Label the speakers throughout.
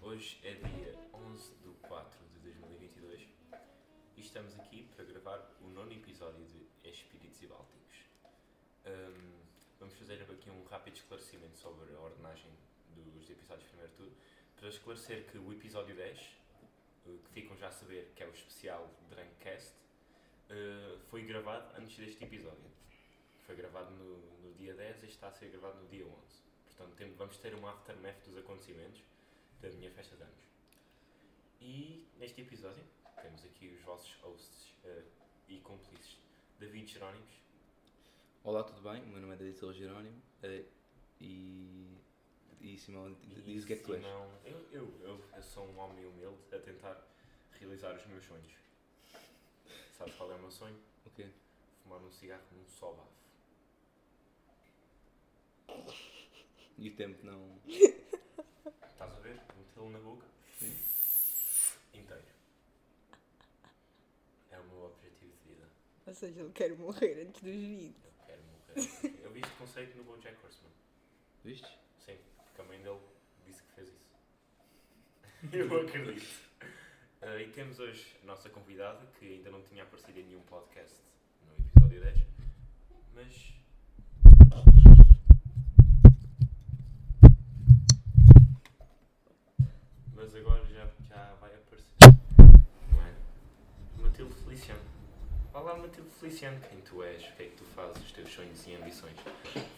Speaker 1: Hoje é dia 11 de 4 de 2022 e estamos aqui para gravar o nono episódio de Espíritos e Bálticos. Hum, vamos fazer aqui um rápido esclarecimento sobre a ordenagem dos episódios, primeiro de tudo, para esclarecer que o episódio 10, eh, que ficam já a saber que é o especial Drunkcast, eh, foi gravado antes deste episódio. Foi gravado no, no dia 10 e está a ser gravado no dia 11. Portanto, tem- vamos ter um aftermath dos acontecimentos da minha festa de anos. E neste episódio temos aqui os vossos hosts eh, e cúmplices David Jerónimos,
Speaker 2: Olá, tudo bem? O meu nome é David Silva Jerónimo eh, e. e Simão d-
Speaker 1: E
Speaker 2: diz o que é que tu és.
Speaker 1: Simão- Eu, eu, eu, eu sou um homem humilde a tentar realizar os meus sonhos. Sabes qual é o meu sonho?
Speaker 2: O quê?
Speaker 1: Fumar um cigarro num só bafo.
Speaker 2: E o tempo não.
Speaker 1: Estás a ver? Metê-lo na boca. Inteiro. É o meu objetivo de vida.
Speaker 3: Ou seja, ele quer morrer antes dos 20.
Speaker 1: Eu quero morrer. Eu vi este conceito no Bojack Horseman.
Speaker 2: Viste?
Speaker 1: Sim, porque a mãe dele disse que fez isso. Eu acredito. Ah, e temos hoje a nossa convidada, que ainda não tinha aparecido em nenhum podcast no episódio 10, mas. Mas agora já, já vai aparecer. Não é? Matilde Feliciano. Olá, Matilde Feliciano. Quem tu és? O que é que tu fazes? Os teus sonhos e ambições?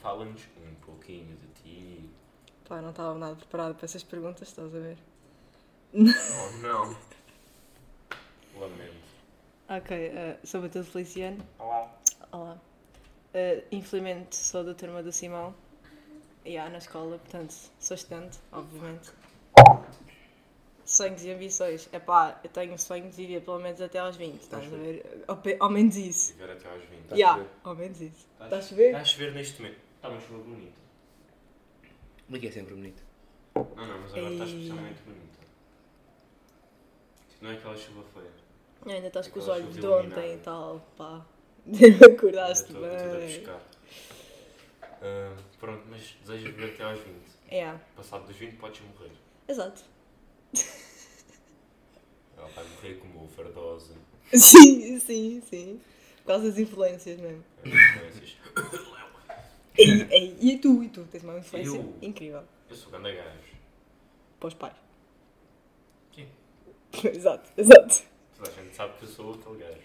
Speaker 1: Fala-nos um pouquinho de ti.
Speaker 3: Pá, não estava nada preparado para essas perguntas, estás a ver?
Speaker 1: Oh não! Lamento.
Speaker 4: Ok, uh, sou Matilde Feliciano.
Speaker 1: Olá.
Speaker 4: Olá. Uh, infelizmente sou da turma do Simão. E há na escola, portanto, sou estudante, obviamente. Sonhos e ambições. É pá, eu tenho um sonho de viver pelo menos até aos 20, estás a ver? Ao, pe- ao menos
Speaker 1: Se
Speaker 4: isso.
Speaker 1: vier até aos 20.
Speaker 2: Tá. a
Speaker 4: Já, yeah,
Speaker 2: chover.
Speaker 4: ao menos isso.
Speaker 1: Tá a
Speaker 4: Está a chover?
Speaker 1: Está a chover neste momento. Tá, Está uma chuva bonita.
Speaker 2: Mas que é sempre bonito.
Speaker 1: Ah, Não, não, mas agora tá está
Speaker 4: Ei.
Speaker 1: especialmente bonita. Tipo, Não é aquela chuva feia.
Speaker 4: Eu ainda estás com os
Speaker 1: Aquela
Speaker 4: olhos de
Speaker 1: chuva
Speaker 4: ontem e
Speaker 1: iluminada.
Speaker 4: tal, pá. Não acordaste
Speaker 1: Ainda estou- estou a
Speaker 4: bem.
Speaker 1: pescar. Ah, pronto, mas desejas viver até aos 20.
Speaker 4: Yeah,
Speaker 1: Passado dos 20 podes morrer.
Speaker 4: exato.
Speaker 1: Ela vai morrer como overdose.
Speaker 4: Sim, sim, sim. Por causa das influências mesmo.
Speaker 1: eh, influências.
Speaker 4: E, e, e tu, e tu, tens uma influência
Speaker 1: Eu?
Speaker 4: incrível.
Speaker 1: Eu sou ganda gajo.
Speaker 4: Para os pais.
Speaker 1: Sim.
Speaker 4: exato, exato.
Speaker 1: Toda a gente sabe que eu sou aquele gajo.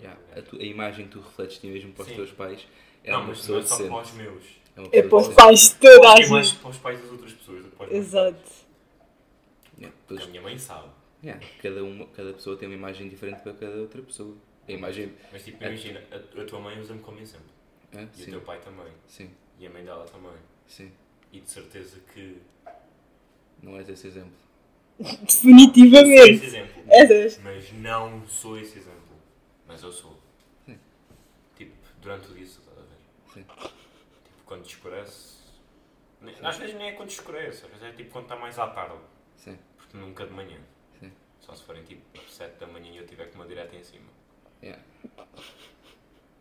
Speaker 2: Já, A, tu- a imagem que tu refletes de ti mesmo para os
Speaker 1: Sim.
Speaker 2: teus pais é
Speaker 1: não,
Speaker 2: uma
Speaker 1: mas não
Speaker 2: pessoa
Speaker 1: é só
Speaker 2: decente.
Speaker 1: para os meus.
Speaker 2: uma
Speaker 4: É
Speaker 2: pessoa
Speaker 4: para os
Speaker 2: decente.
Speaker 4: pais de toda a
Speaker 1: E mais
Speaker 4: gente.
Speaker 1: para os pais das outras pessoas. do que para os meus pais.
Speaker 4: Exato.
Speaker 1: Porque
Speaker 2: Já,
Speaker 1: a
Speaker 2: todos-
Speaker 1: minha mãe sabe.
Speaker 2: já, cada, uma, cada pessoa tem uma imagem diferente para cada outra pessoa. A imagem.
Speaker 1: Mas tipo,
Speaker 2: É.
Speaker 1: imagina, a, a tua mãe usa-me como exemplo.
Speaker 2: Ah,
Speaker 1: E
Speaker 2: sim,
Speaker 1: o teu pai também.
Speaker 2: sim,
Speaker 1: E a mãe dela também.
Speaker 2: sim.
Speaker 1: E de certeza que.
Speaker 2: Não és esse exemplo.
Speaker 1: Sou
Speaker 4: é.
Speaker 1: esse
Speaker 3: Definitivamente.
Speaker 1: exemplo.
Speaker 3: Essas.
Speaker 1: Mas não sou esse exemplo. Mas eu sou. Tipo, durante o dia, estás a ver?
Speaker 2: Sim.
Speaker 1: Tipo, quando escurece. nem- Às vezes nem é quando escurece, às vezes é tipo quando está mais à tarde.
Speaker 2: Sim.
Speaker 1: Porque nunca de manhã.
Speaker 2: Sim.
Speaker 1: Só se forem tipo 7 da manhã e eu tiver com uma direta em cima.
Speaker 2: já.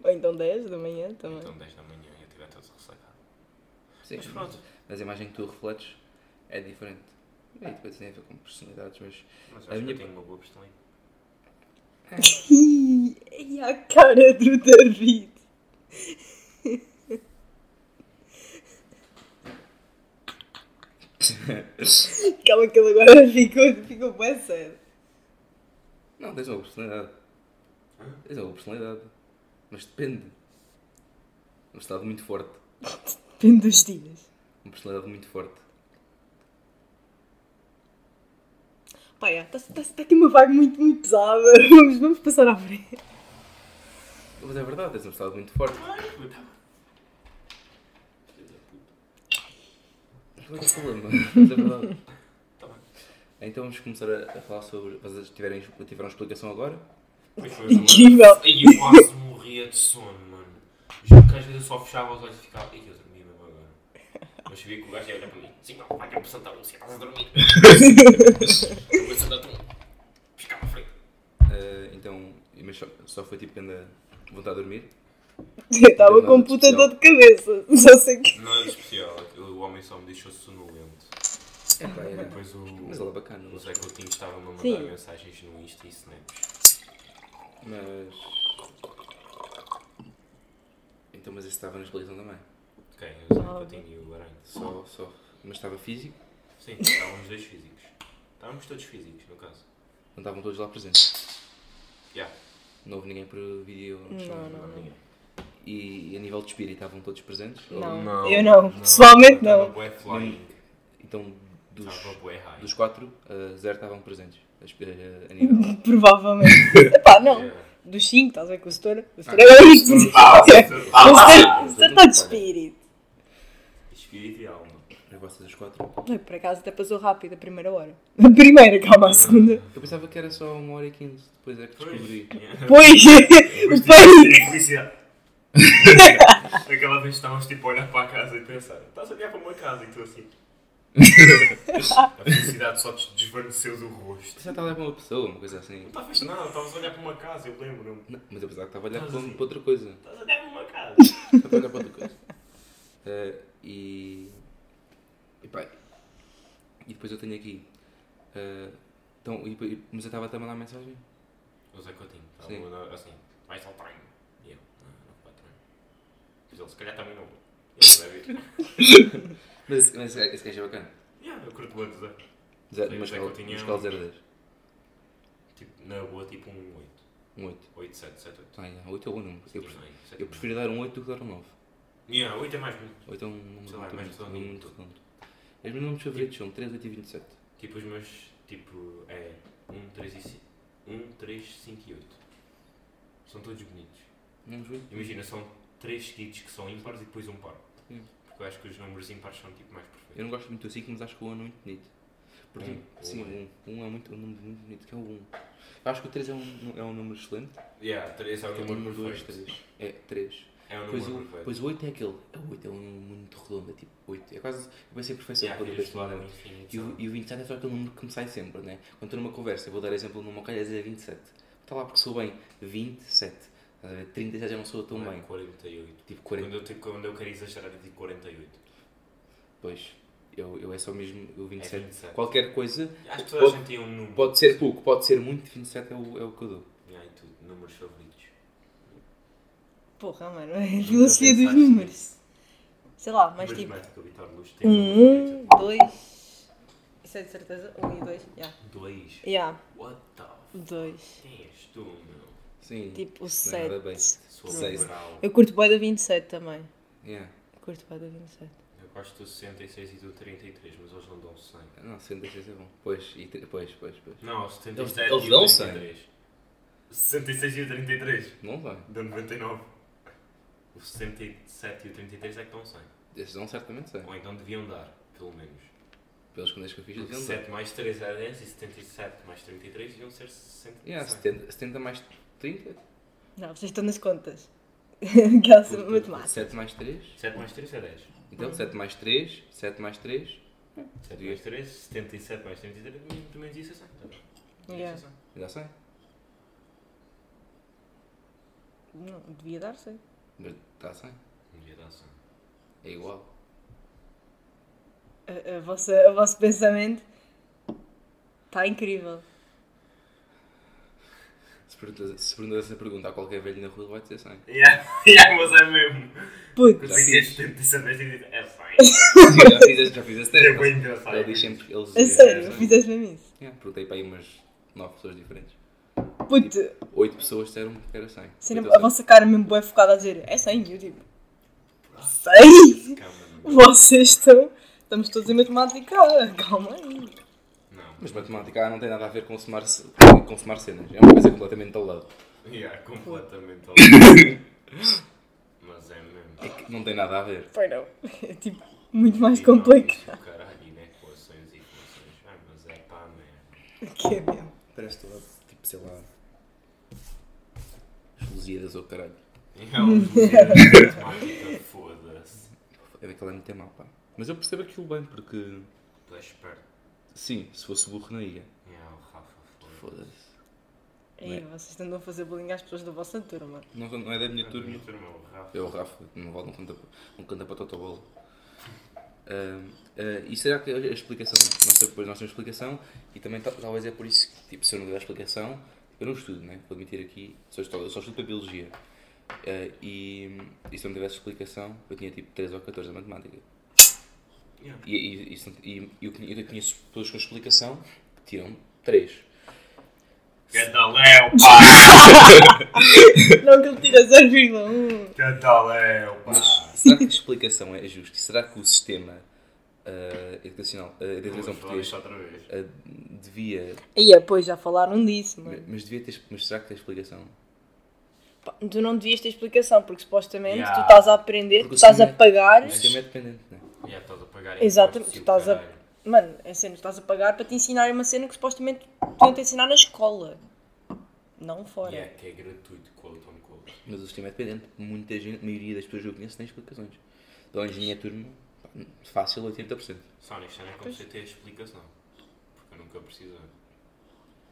Speaker 3: Ou então 10 da manhã também.
Speaker 1: Então 10 da manhã e eu tiver todo ressecado.
Speaker 2: Sim,
Speaker 1: Mas pronto.
Speaker 2: Mas a imagem que tu refletes é diferente. E depois tem a ver com personalidades, mas.
Speaker 1: Mas
Speaker 2: A
Speaker 1: acho que
Speaker 2: minha-
Speaker 1: eu tenho uma boa personalidade.
Speaker 3: Ih, E a cara do David. Calma que ele agora ficou, ficou bem sério.
Speaker 2: Não, tens uma personalidade. Tens uma personalidade. Mas depende. Uma personalidade muito forte.
Speaker 3: Depende dos dias.
Speaker 2: Uma personalidade muito forte.
Speaker 3: Pá, é, está tá aqui uma vibe muito, muito pesada. Vamos, vamos passar à frente.
Speaker 2: Mas é verdade, tens uma personalidade muito forte. Qual é que é o problema? Mas é verdade.
Speaker 1: Tá bem.
Speaker 2: Então vamos começar a, a falar sobre. Vocês tiverem, tiveram explicação agora?
Speaker 1: Pois foi,
Speaker 3: Incrível.
Speaker 1: mano. Ai, eu quase morria de sono, mano. Juro que às vezes eu só fechava os olhos e ficava. Ai, eu dormi mesmo agora. Mas sabia que o gajo ia olhar para mim. Sim, não, vai para Santa Lúcia, estás a dormir. Eu vou Santa Lúcia. Ficava à frente.
Speaker 2: Ah, então. Mas só, só foi tipo ainda vontade de dormir?
Speaker 3: Eu estava com um puta dor de cabeça. Só sei que.
Speaker 1: Não é especial, o homem só me deixou sonolento.
Speaker 2: É pá, é.
Speaker 1: Depois o,
Speaker 2: Mas ela é bacana.
Speaker 1: o Zé Coutinho estava-me a mandar
Speaker 4: Sim.
Speaker 1: mensagens no Insta e snaps.
Speaker 2: Mas. Então, mas esse estava na explicação também.
Speaker 1: Quem? O Zé
Speaker 4: Ah,
Speaker 1: Coutinho e o Aranha.
Speaker 2: Só, só. Mas estava físico,
Speaker 1: Sim, estavam os dois físicos. Estávamos todos físicos, no caso.
Speaker 2: não estavam todos lá presentes.
Speaker 1: Yeah.
Speaker 2: Não houve ninguém para o vídeo.
Speaker 4: Não, não, não.
Speaker 1: Ninguém.
Speaker 2: E, e a nível de espírito, estavam todos presentes? Ou-
Speaker 4: Não.
Speaker 3: Eu não. Pessoalmente, não.
Speaker 1: Estava bué flying.
Speaker 2: Então, dos,
Speaker 1: Estava bué high.
Speaker 2: dos quatro, uh, zero estavam presentes. A, esp- eh, a- a nível.
Speaker 3: Provavelmente. Epá, não.
Speaker 1: Yeah.
Speaker 3: Dos 5, estás a ver com o setor? O setor é o espírito.
Speaker 1: ah,
Speaker 3: O setor está de espírito.
Speaker 1: Espírito e alma.
Speaker 2: Era vocês os quatro.
Speaker 3: Não, por acaso até passou rápido a primeira hora. A primeira, calma, a segunda.
Speaker 2: Eu pensava que era só uma hora e quinze, depois é que descobri.
Speaker 3: Pois, o pânico.
Speaker 1: Aquela vez estávamos tipo a olhar para a casa e pensar, estás a olhar para uma casa e tu assim. a felicidade só te desvaneceu do rosto.
Speaker 2: Você estava a olhar para uma pessoa, uma coisa assim.
Speaker 1: Não estavas nada, estavas a olhar para uma casa, eu lembro-me.
Speaker 2: Não, mas eu pensava que estava a olhar
Speaker 1: Estás
Speaker 2: para,
Speaker 1: assim.
Speaker 2: para outra coisa.
Speaker 1: Estás a olhar para uma casa.
Speaker 2: Estava a olhar para outra coisa. Eh, e. E pá. E depois eu tenho aqui. eh, então, e, e- mas eu estava a mandar mensagem?
Speaker 1: O Zé Coutinho, estava
Speaker 2: Sim.
Speaker 1: a mandar assim, vais ao treino. E eu, não, não vou ao treino. Mas ele, se calhar também não vou. Ele deve ir.
Speaker 2: Mas, esse- mas esse esse gajo é bacana.
Speaker 1: Yeah, eu curto muito o Zé.
Speaker 2: Zero,
Speaker 1: Sim,
Speaker 2: mas
Speaker 1: sei que
Speaker 2: escala,
Speaker 1: eu tinha
Speaker 2: uma escala
Speaker 1: um-
Speaker 2: 0 a 10.
Speaker 1: Tipo, na boa, tipo um 8.
Speaker 2: Um 8.
Speaker 1: 8, 7, 7, 8.
Speaker 2: Ah, yeah, 8 é o bom número. Eu, prefiro-
Speaker 1: prefiro.
Speaker 2: eu prefiro dar um 8 do que dar um 9.
Speaker 1: Yeah, 8 é mais bonito.
Speaker 2: 8 é um número
Speaker 1: Sei lá,
Speaker 2: muito
Speaker 1: mais
Speaker 2: bonito, é um
Speaker 1: redondo.
Speaker 2: número muito redondo. Os meus números favoritos são 3, 8 e 27.
Speaker 1: Tipo, os meus, tipo, é 1, 3 e 5. 1, 3, 5 e 8. São todos bonitos.
Speaker 2: Números bonitos.
Speaker 1: Imagina, são 3 seguidos que são ímpares e depois um par.
Speaker 2: Sim.
Speaker 1: Porque eu acho que os números ímpares são, tipo, mais perfeitos.
Speaker 2: Hum. Eu não gosto muito do 5, mas acho que o 1 é muito bonito. Porque,
Speaker 1: Um,
Speaker 2: sim,
Speaker 1: um é.
Speaker 2: o 1 um, um é muito, um número muito bonito, que é o 1. Um. Eu acho que o 3 é um, é um número excelente.
Speaker 1: Yeah, 3 é o
Speaker 2: Porque é um número
Speaker 1: número
Speaker 2: 2,
Speaker 1: perfeito.
Speaker 2: 3. É 3.
Speaker 1: É o
Speaker 2: Pois o,
Speaker 1: número perfeito.
Speaker 2: pois o 8 é aquele. É o 8 é um número muito redondo, é tipo 8. É quase. Eu pensei perfeição
Speaker 1: Yeah,
Speaker 2: quando eu
Speaker 1: querias
Speaker 2: penso no
Speaker 1: falar
Speaker 2: número.
Speaker 1: ao infinito.
Speaker 2: E o, e o 27 é só aquele número que me sai sempre, né? Quando estou numa conversa, eu vou dar exemplo numa calha dizer 27. Está lá porque sou bem. 27. Estás a ver? 37 já não sou tão
Speaker 1: Não é
Speaker 2: bem.
Speaker 1: 48.
Speaker 2: Tipo 40.
Speaker 1: Quando eu, tipo, quando eu quero exagerar, eu digo 48.
Speaker 2: Pois, eu, eu é só mesmo o 27.
Speaker 1: 27.
Speaker 2: Qualquer coisa,
Speaker 1: Acho que toda a
Speaker 2: Pode-
Speaker 1: gente tem um número.
Speaker 2: pode ser pouco, pode ser muito, 27 é o, é o que eu dou.
Speaker 1: Yeah, e tu, números favoritos.
Speaker 4: Porra, mano, é a filosofia dos
Speaker 1: pensaste
Speaker 4: números. Sei lá, mas tipo,
Speaker 1: Matemática, Vitor Luz tem
Speaker 4: um,
Speaker 1: um.
Speaker 4: dois. Isso é de certeza? Um e dois? Já.
Speaker 1: é tipo, Dois.
Speaker 4: Yeah.
Speaker 1: What the f...
Speaker 4: Dois.
Speaker 1: Quem és tu, meu?
Speaker 2: Sim.
Speaker 4: Tipo, o
Speaker 2: Não é nada bem.
Speaker 4: 7.
Speaker 1: Sou um
Speaker 2: Seis.
Speaker 1: liberal.
Speaker 4: Eu curto boa da 27 também.
Speaker 2: Yeah.
Speaker 4: Curto boa da 27.
Speaker 1: Eu gosto do 66 e do 33, mas eles não dão 100.
Speaker 2: Não, 76 é bom. Pois, e, tri- pois, pois, pois.
Speaker 1: Não, o 77
Speaker 2: Eles- eles
Speaker 1: e
Speaker 2: dão
Speaker 1: o 33. 66 e o 33.
Speaker 2: Não vai.
Speaker 1: Dão 99. O 77 e o 33 é que dão 100.
Speaker 2: Esses não certamente sei.
Speaker 1: Ou então deviam dar, pelo menos.
Speaker 2: Pelos contas que eu fiz, eles
Speaker 1: Porque
Speaker 2: iam dar.
Speaker 1: 7 mais 3 é 10 e 77 mais 33 iam ser 60.
Speaker 2: Yeah,
Speaker 1: 100.
Speaker 2: 70, 70 mais 30?
Speaker 4: Não, vocês estão nas contas. Aquela cena matemática.
Speaker 2: 7 mais 3?
Speaker 1: 7 mais 3 é 10.
Speaker 2: Então, 7 mais 3, 7 mais 3.
Speaker 1: 7 mais 3, 77 mais 33, muito menos isso é 100. Tá bem?
Speaker 4: Yeah.
Speaker 1: Isso é 100.
Speaker 2: Já sei.
Speaker 4: Não, devia dar, sei.
Speaker 2: Mas está sem.
Speaker 1: Um dia dá 100.
Speaker 2: É igual.
Speaker 4: A, a vossa, o vosso pensamento está incrível.
Speaker 2: Se perguntas, se perguntas essa pergunta a qualquer velho na rua, ele vai dizer 100.
Speaker 1: Yeah, yeah, mas é mesmo.
Speaker 4: Puto,
Speaker 1: Eu
Speaker 2: Já
Speaker 1: sei que é
Speaker 2: fiz.
Speaker 1: 77 mas digo, é 100.
Speaker 2: já fiz esse, já fiz esse
Speaker 1: É
Speaker 2: teste.
Speaker 1: bem engraçado.
Speaker 2: Ele diz sempre. Eles é
Speaker 4: a sério, fizeste mesmo isso.
Speaker 2: Yeah, perguntei para aí umas 9 pessoas diferentes.
Speaker 4: Puto,
Speaker 2: 8 pessoas disseram que era 100.
Speaker 4: cena-
Speaker 2: Oito
Speaker 4: a
Speaker 2: ou cem.
Speaker 4: vossa cara mesmo boa focada a dizer é 100. Eu digo, 100?
Speaker 1: Calma, meu.
Speaker 4: Vocês estão. Estamos todos em matemática. Calma aí.
Speaker 1: Não,
Speaker 2: Mas matemática ah, não tem nada a ver com somar, ce- com somar cenas. É uma coisa completamente ao lado.
Speaker 1: yeah, completamente ao lado. Mas é mesmo.
Speaker 2: É que não tem nada a ver.
Speaker 4: Foi não. É tipo, muito mais
Speaker 1: E não,
Speaker 4: complexo.
Speaker 1: isso, Caralho, e não é equações e equações. Ah, mas é pá, merda.
Speaker 4: Que é mesmo.
Speaker 2: Parece todo tipo, sei lá. Os Lusíadas ou caralho.
Speaker 1: É um dia de matemática, foda-se.
Speaker 2: É daquela é muito mal, pá. Mas eu percebo aquilo bem, porque.
Speaker 1: Tu és esperto.
Speaker 2: Sim, se fosse burro não ia.
Speaker 1: Yeah, o Rafa, foda-se.
Speaker 2: Foda-se.
Speaker 4: Ei,
Speaker 1: é?
Speaker 4: vocês andam a fazer bullying às pessoas da vossa turma.
Speaker 2: Não, não é da minha
Speaker 1: Ah,
Speaker 2: turma.
Speaker 1: minha turma, o Rafa.
Speaker 2: É o Rafa, não vale, não canta, não canta para Totobola. Ahm, ah, e será que a a explicação, nós, depois nós temos explicação e também tal- talvez é por isso que tipo, se eu não tiver explicação, eu não estudo, né? vou admitir aqui, só estudo, eu só estudo para Biologia. Ah, e, e se eu não tivesse explicação, eu tinha tipo 13 ou 14 a matemática.
Speaker 1: Yeah.
Speaker 2: E, e, e, se não- e eu, conhe- eu conheço pessoas com explicação que tiram 3.
Speaker 5: Gandaleu, pá!
Speaker 4: Não que ele tira 0,1.
Speaker 1: é
Speaker 5: Gandaleu, pá!
Speaker 2: Será que a explicação é justa? E será que o sistema ah, educacional, ah, de educação
Speaker 1: Vamos falar
Speaker 2: português
Speaker 1: disto outra vez.
Speaker 2: ah, devia.
Speaker 4: E é, pois, já falaram disso, mano.
Speaker 2: Mas, devia ter, mas será que tem explicação?
Speaker 4: Pá, Tu não devias ter explicação, porque supostamente
Speaker 1: Yeah.
Speaker 4: tu estás a aprender,
Speaker 2: Porque
Speaker 4: tu estás a
Speaker 2: senão-
Speaker 4: pagar.
Speaker 2: O sistema é dependente, não é?
Speaker 1: Yeah, estás a pagar
Speaker 4: Exatamente,
Speaker 1: impostos e o
Speaker 4: estás a-
Speaker 1: caralho.
Speaker 4: Mano, é cena, tu estás a pagar para te ensinar uma cena que supostamente tu te ensinar na escola. Não fora.
Speaker 1: Yeah, que é gratuito, quote on quote.
Speaker 2: Mas o sistema é dependente. Muita gente, a maioria das pessoas que eu conheço tem explicações. Então, a minha turma, pá, fácil 80%.
Speaker 1: Só nisto não é como se eu ter explicação. Porque eu nunca precisei.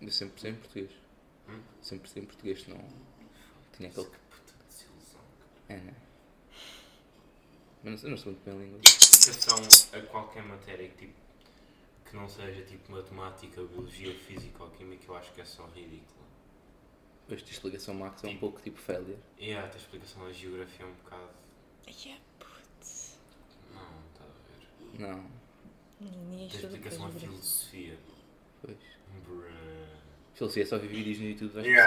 Speaker 2: Eu sempre sei em português. Sempre sei em português, senão tinha
Speaker 1: Isso
Speaker 2: aquele.
Speaker 1: que puta desilusão.
Speaker 2: É, não é? Mas não sei- eu não sou muito bem em língua.
Speaker 1: Explicação a qualquer matéria que, tipo, que não seja tipo matemática, biologia, física ou química, eu acho que é só ridícula.
Speaker 2: Esta explicação Max é um pouco tipo failure.
Speaker 1: E yeah, a tua explicação da geografia é um bocado.
Speaker 4: Yeah, putz.
Speaker 1: Não, está a ver.
Speaker 2: Não.
Speaker 4: Ninguém
Speaker 1: A tua
Speaker 4: estuda para
Speaker 1: explicação à
Speaker 4: geografia.
Speaker 1: filosofia.
Speaker 2: Pois.
Speaker 1: Bruh.
Speaker 2: Filosofia é só ver vídeos no YouTube, vais
Speaker 5: Yes.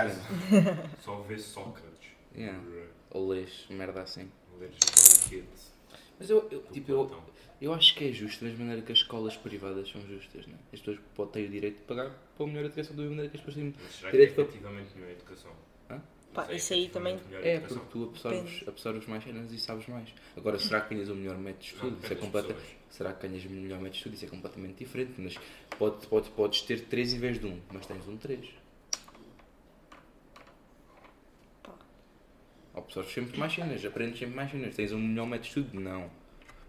Speaker 2: perceber.
Speaker 1: Só vê Sócrates.
Speaker 2: Yeah.
Speaker 1: Bruh.
Speaker 2: Ou lês merda assim.
Speaker 1: Ler Sócrates.
Speaker 2: Mas eu, eu,
Speaker 1: do
Speaker 2: tipo, eu,
Speaker 1: Platão.
Speaker 2: Eu acho que é justo, da mesma maneira que as escolas privadas são justas, né? As pessoas podem ter o direito de pagar para melhor educação da mesma maneira que as pessoas têm.
Speaker 1: Mas será que é
Speaker 2: Direito para-
Speaker 1: efetivamente melhor educação?
Speaker 2: Hã?
Speaker 4: Pá,
Speaker 1: Mas é
Speaker 4: isso aí
Speaker 1: efetivamente melhor
Speaker 2: É,
Speaker 1: educação?
Speaker 2: porque tu absorves,
Speaker 4: Depende.
Speaker 2: absorves mais cenas e sabes mais. Agora, será que ganhas o melhor método de
Speaker 1: Não,
Speaker 2: estudo? Isso
Speaker 1: depende
Speaker 2: é
Speaker 1: das
Speaker 2: completa...
Speaker 1: pessoas.
Speaker 2: Será que ganhas o melhor método de estudo? Isso é completamente diferente, mas pode, pode, podes ter 3 em vez de 1, mas tens um 3.
Speaker 4: Pá.
Speaker 2: Absorves sempre mais cenas, aprendes sempre mais cenas. Tens um melhor método de estudo? Não.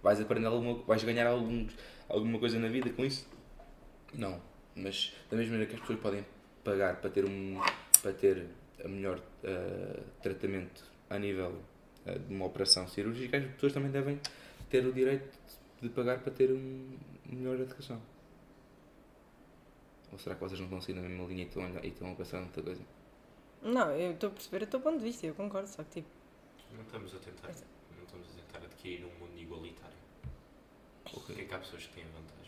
Speaker 2: Vais aprender alguma... Vais ganhar algum, alguma coisa na vida com isso? Não. Mas da mesma maneira que as pessoas podem pagar para ter um... Para ter a melhor eh, tratamento a nível eh, de uma operação cirúrgica, as pessoas também devem ter o direito de pagar para ter um melhor educação. Ou será que vocês não estão a seguir na mesma linha e estão a, olhar- e estão a pensar noutra coisa?
Speaker 4: Não, eu estou a perceber o teu ponto de vista, eu concordo, só que tipo.
Speaker 1: Não estamos a tentar,
Speaker 4: é.
Speaker 1: não estamos a tentar adquirir um mundo igualitário. Porque é que há pessoas que têm vantagens?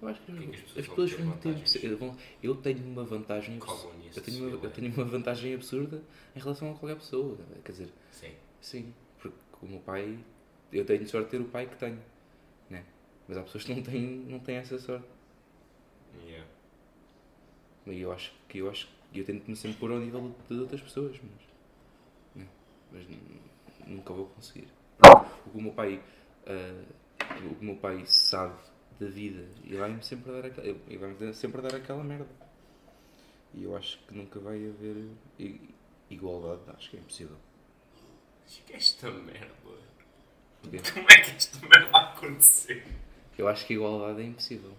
Speaker 2: Eu acho que,
Speaker 1: Porquê que as
Speaker 2: as,
Speaker 1: pessoas vão
Speaker 2: pessoas
Speaker 1: ter
Speaker 2: vão ter.
Speaker 1: vantagens?
Speaker 2: vão- eu tenho uma vantagem absurda.
Speaker 1: Colónias
Speaker 2: Eu
Speaker 1: de
Speaker 2: tenho, uma, eu
Speaker 1: civil,
Speaker 2: tenho uma vantagem absurda em relação a qualquer pessoa. Quer dizer,
Speaker 1: é? Sim.
Speaker 2: sim, porque o meu pai. Eu tenho sorte de ter o pai que tenho. Né? Mas há pessoas que não têm, não têm essa sorte.
Speaker 1: Yeah.
Speaker 2: E eu acho que eu acho que eu tento-me sempre pôr ao nível de outras pessoas, mas, né, mas n- nunca vou conseguir. O que o meu pai, ah, o que o meu pai sabe da vida e vai-me sempre dar aquela, ele vai-me dar- sempre dar aquela merda. E eu acho que nunca vai haver i- igualdade, acho que é impossível.
Speaker 1: Acho que esta merda. Como
Speaker 2: Porquê?
Speaker 1: é que esta merda vai acontecer?
Speaker 2: Eu acho que igualdade é impossível.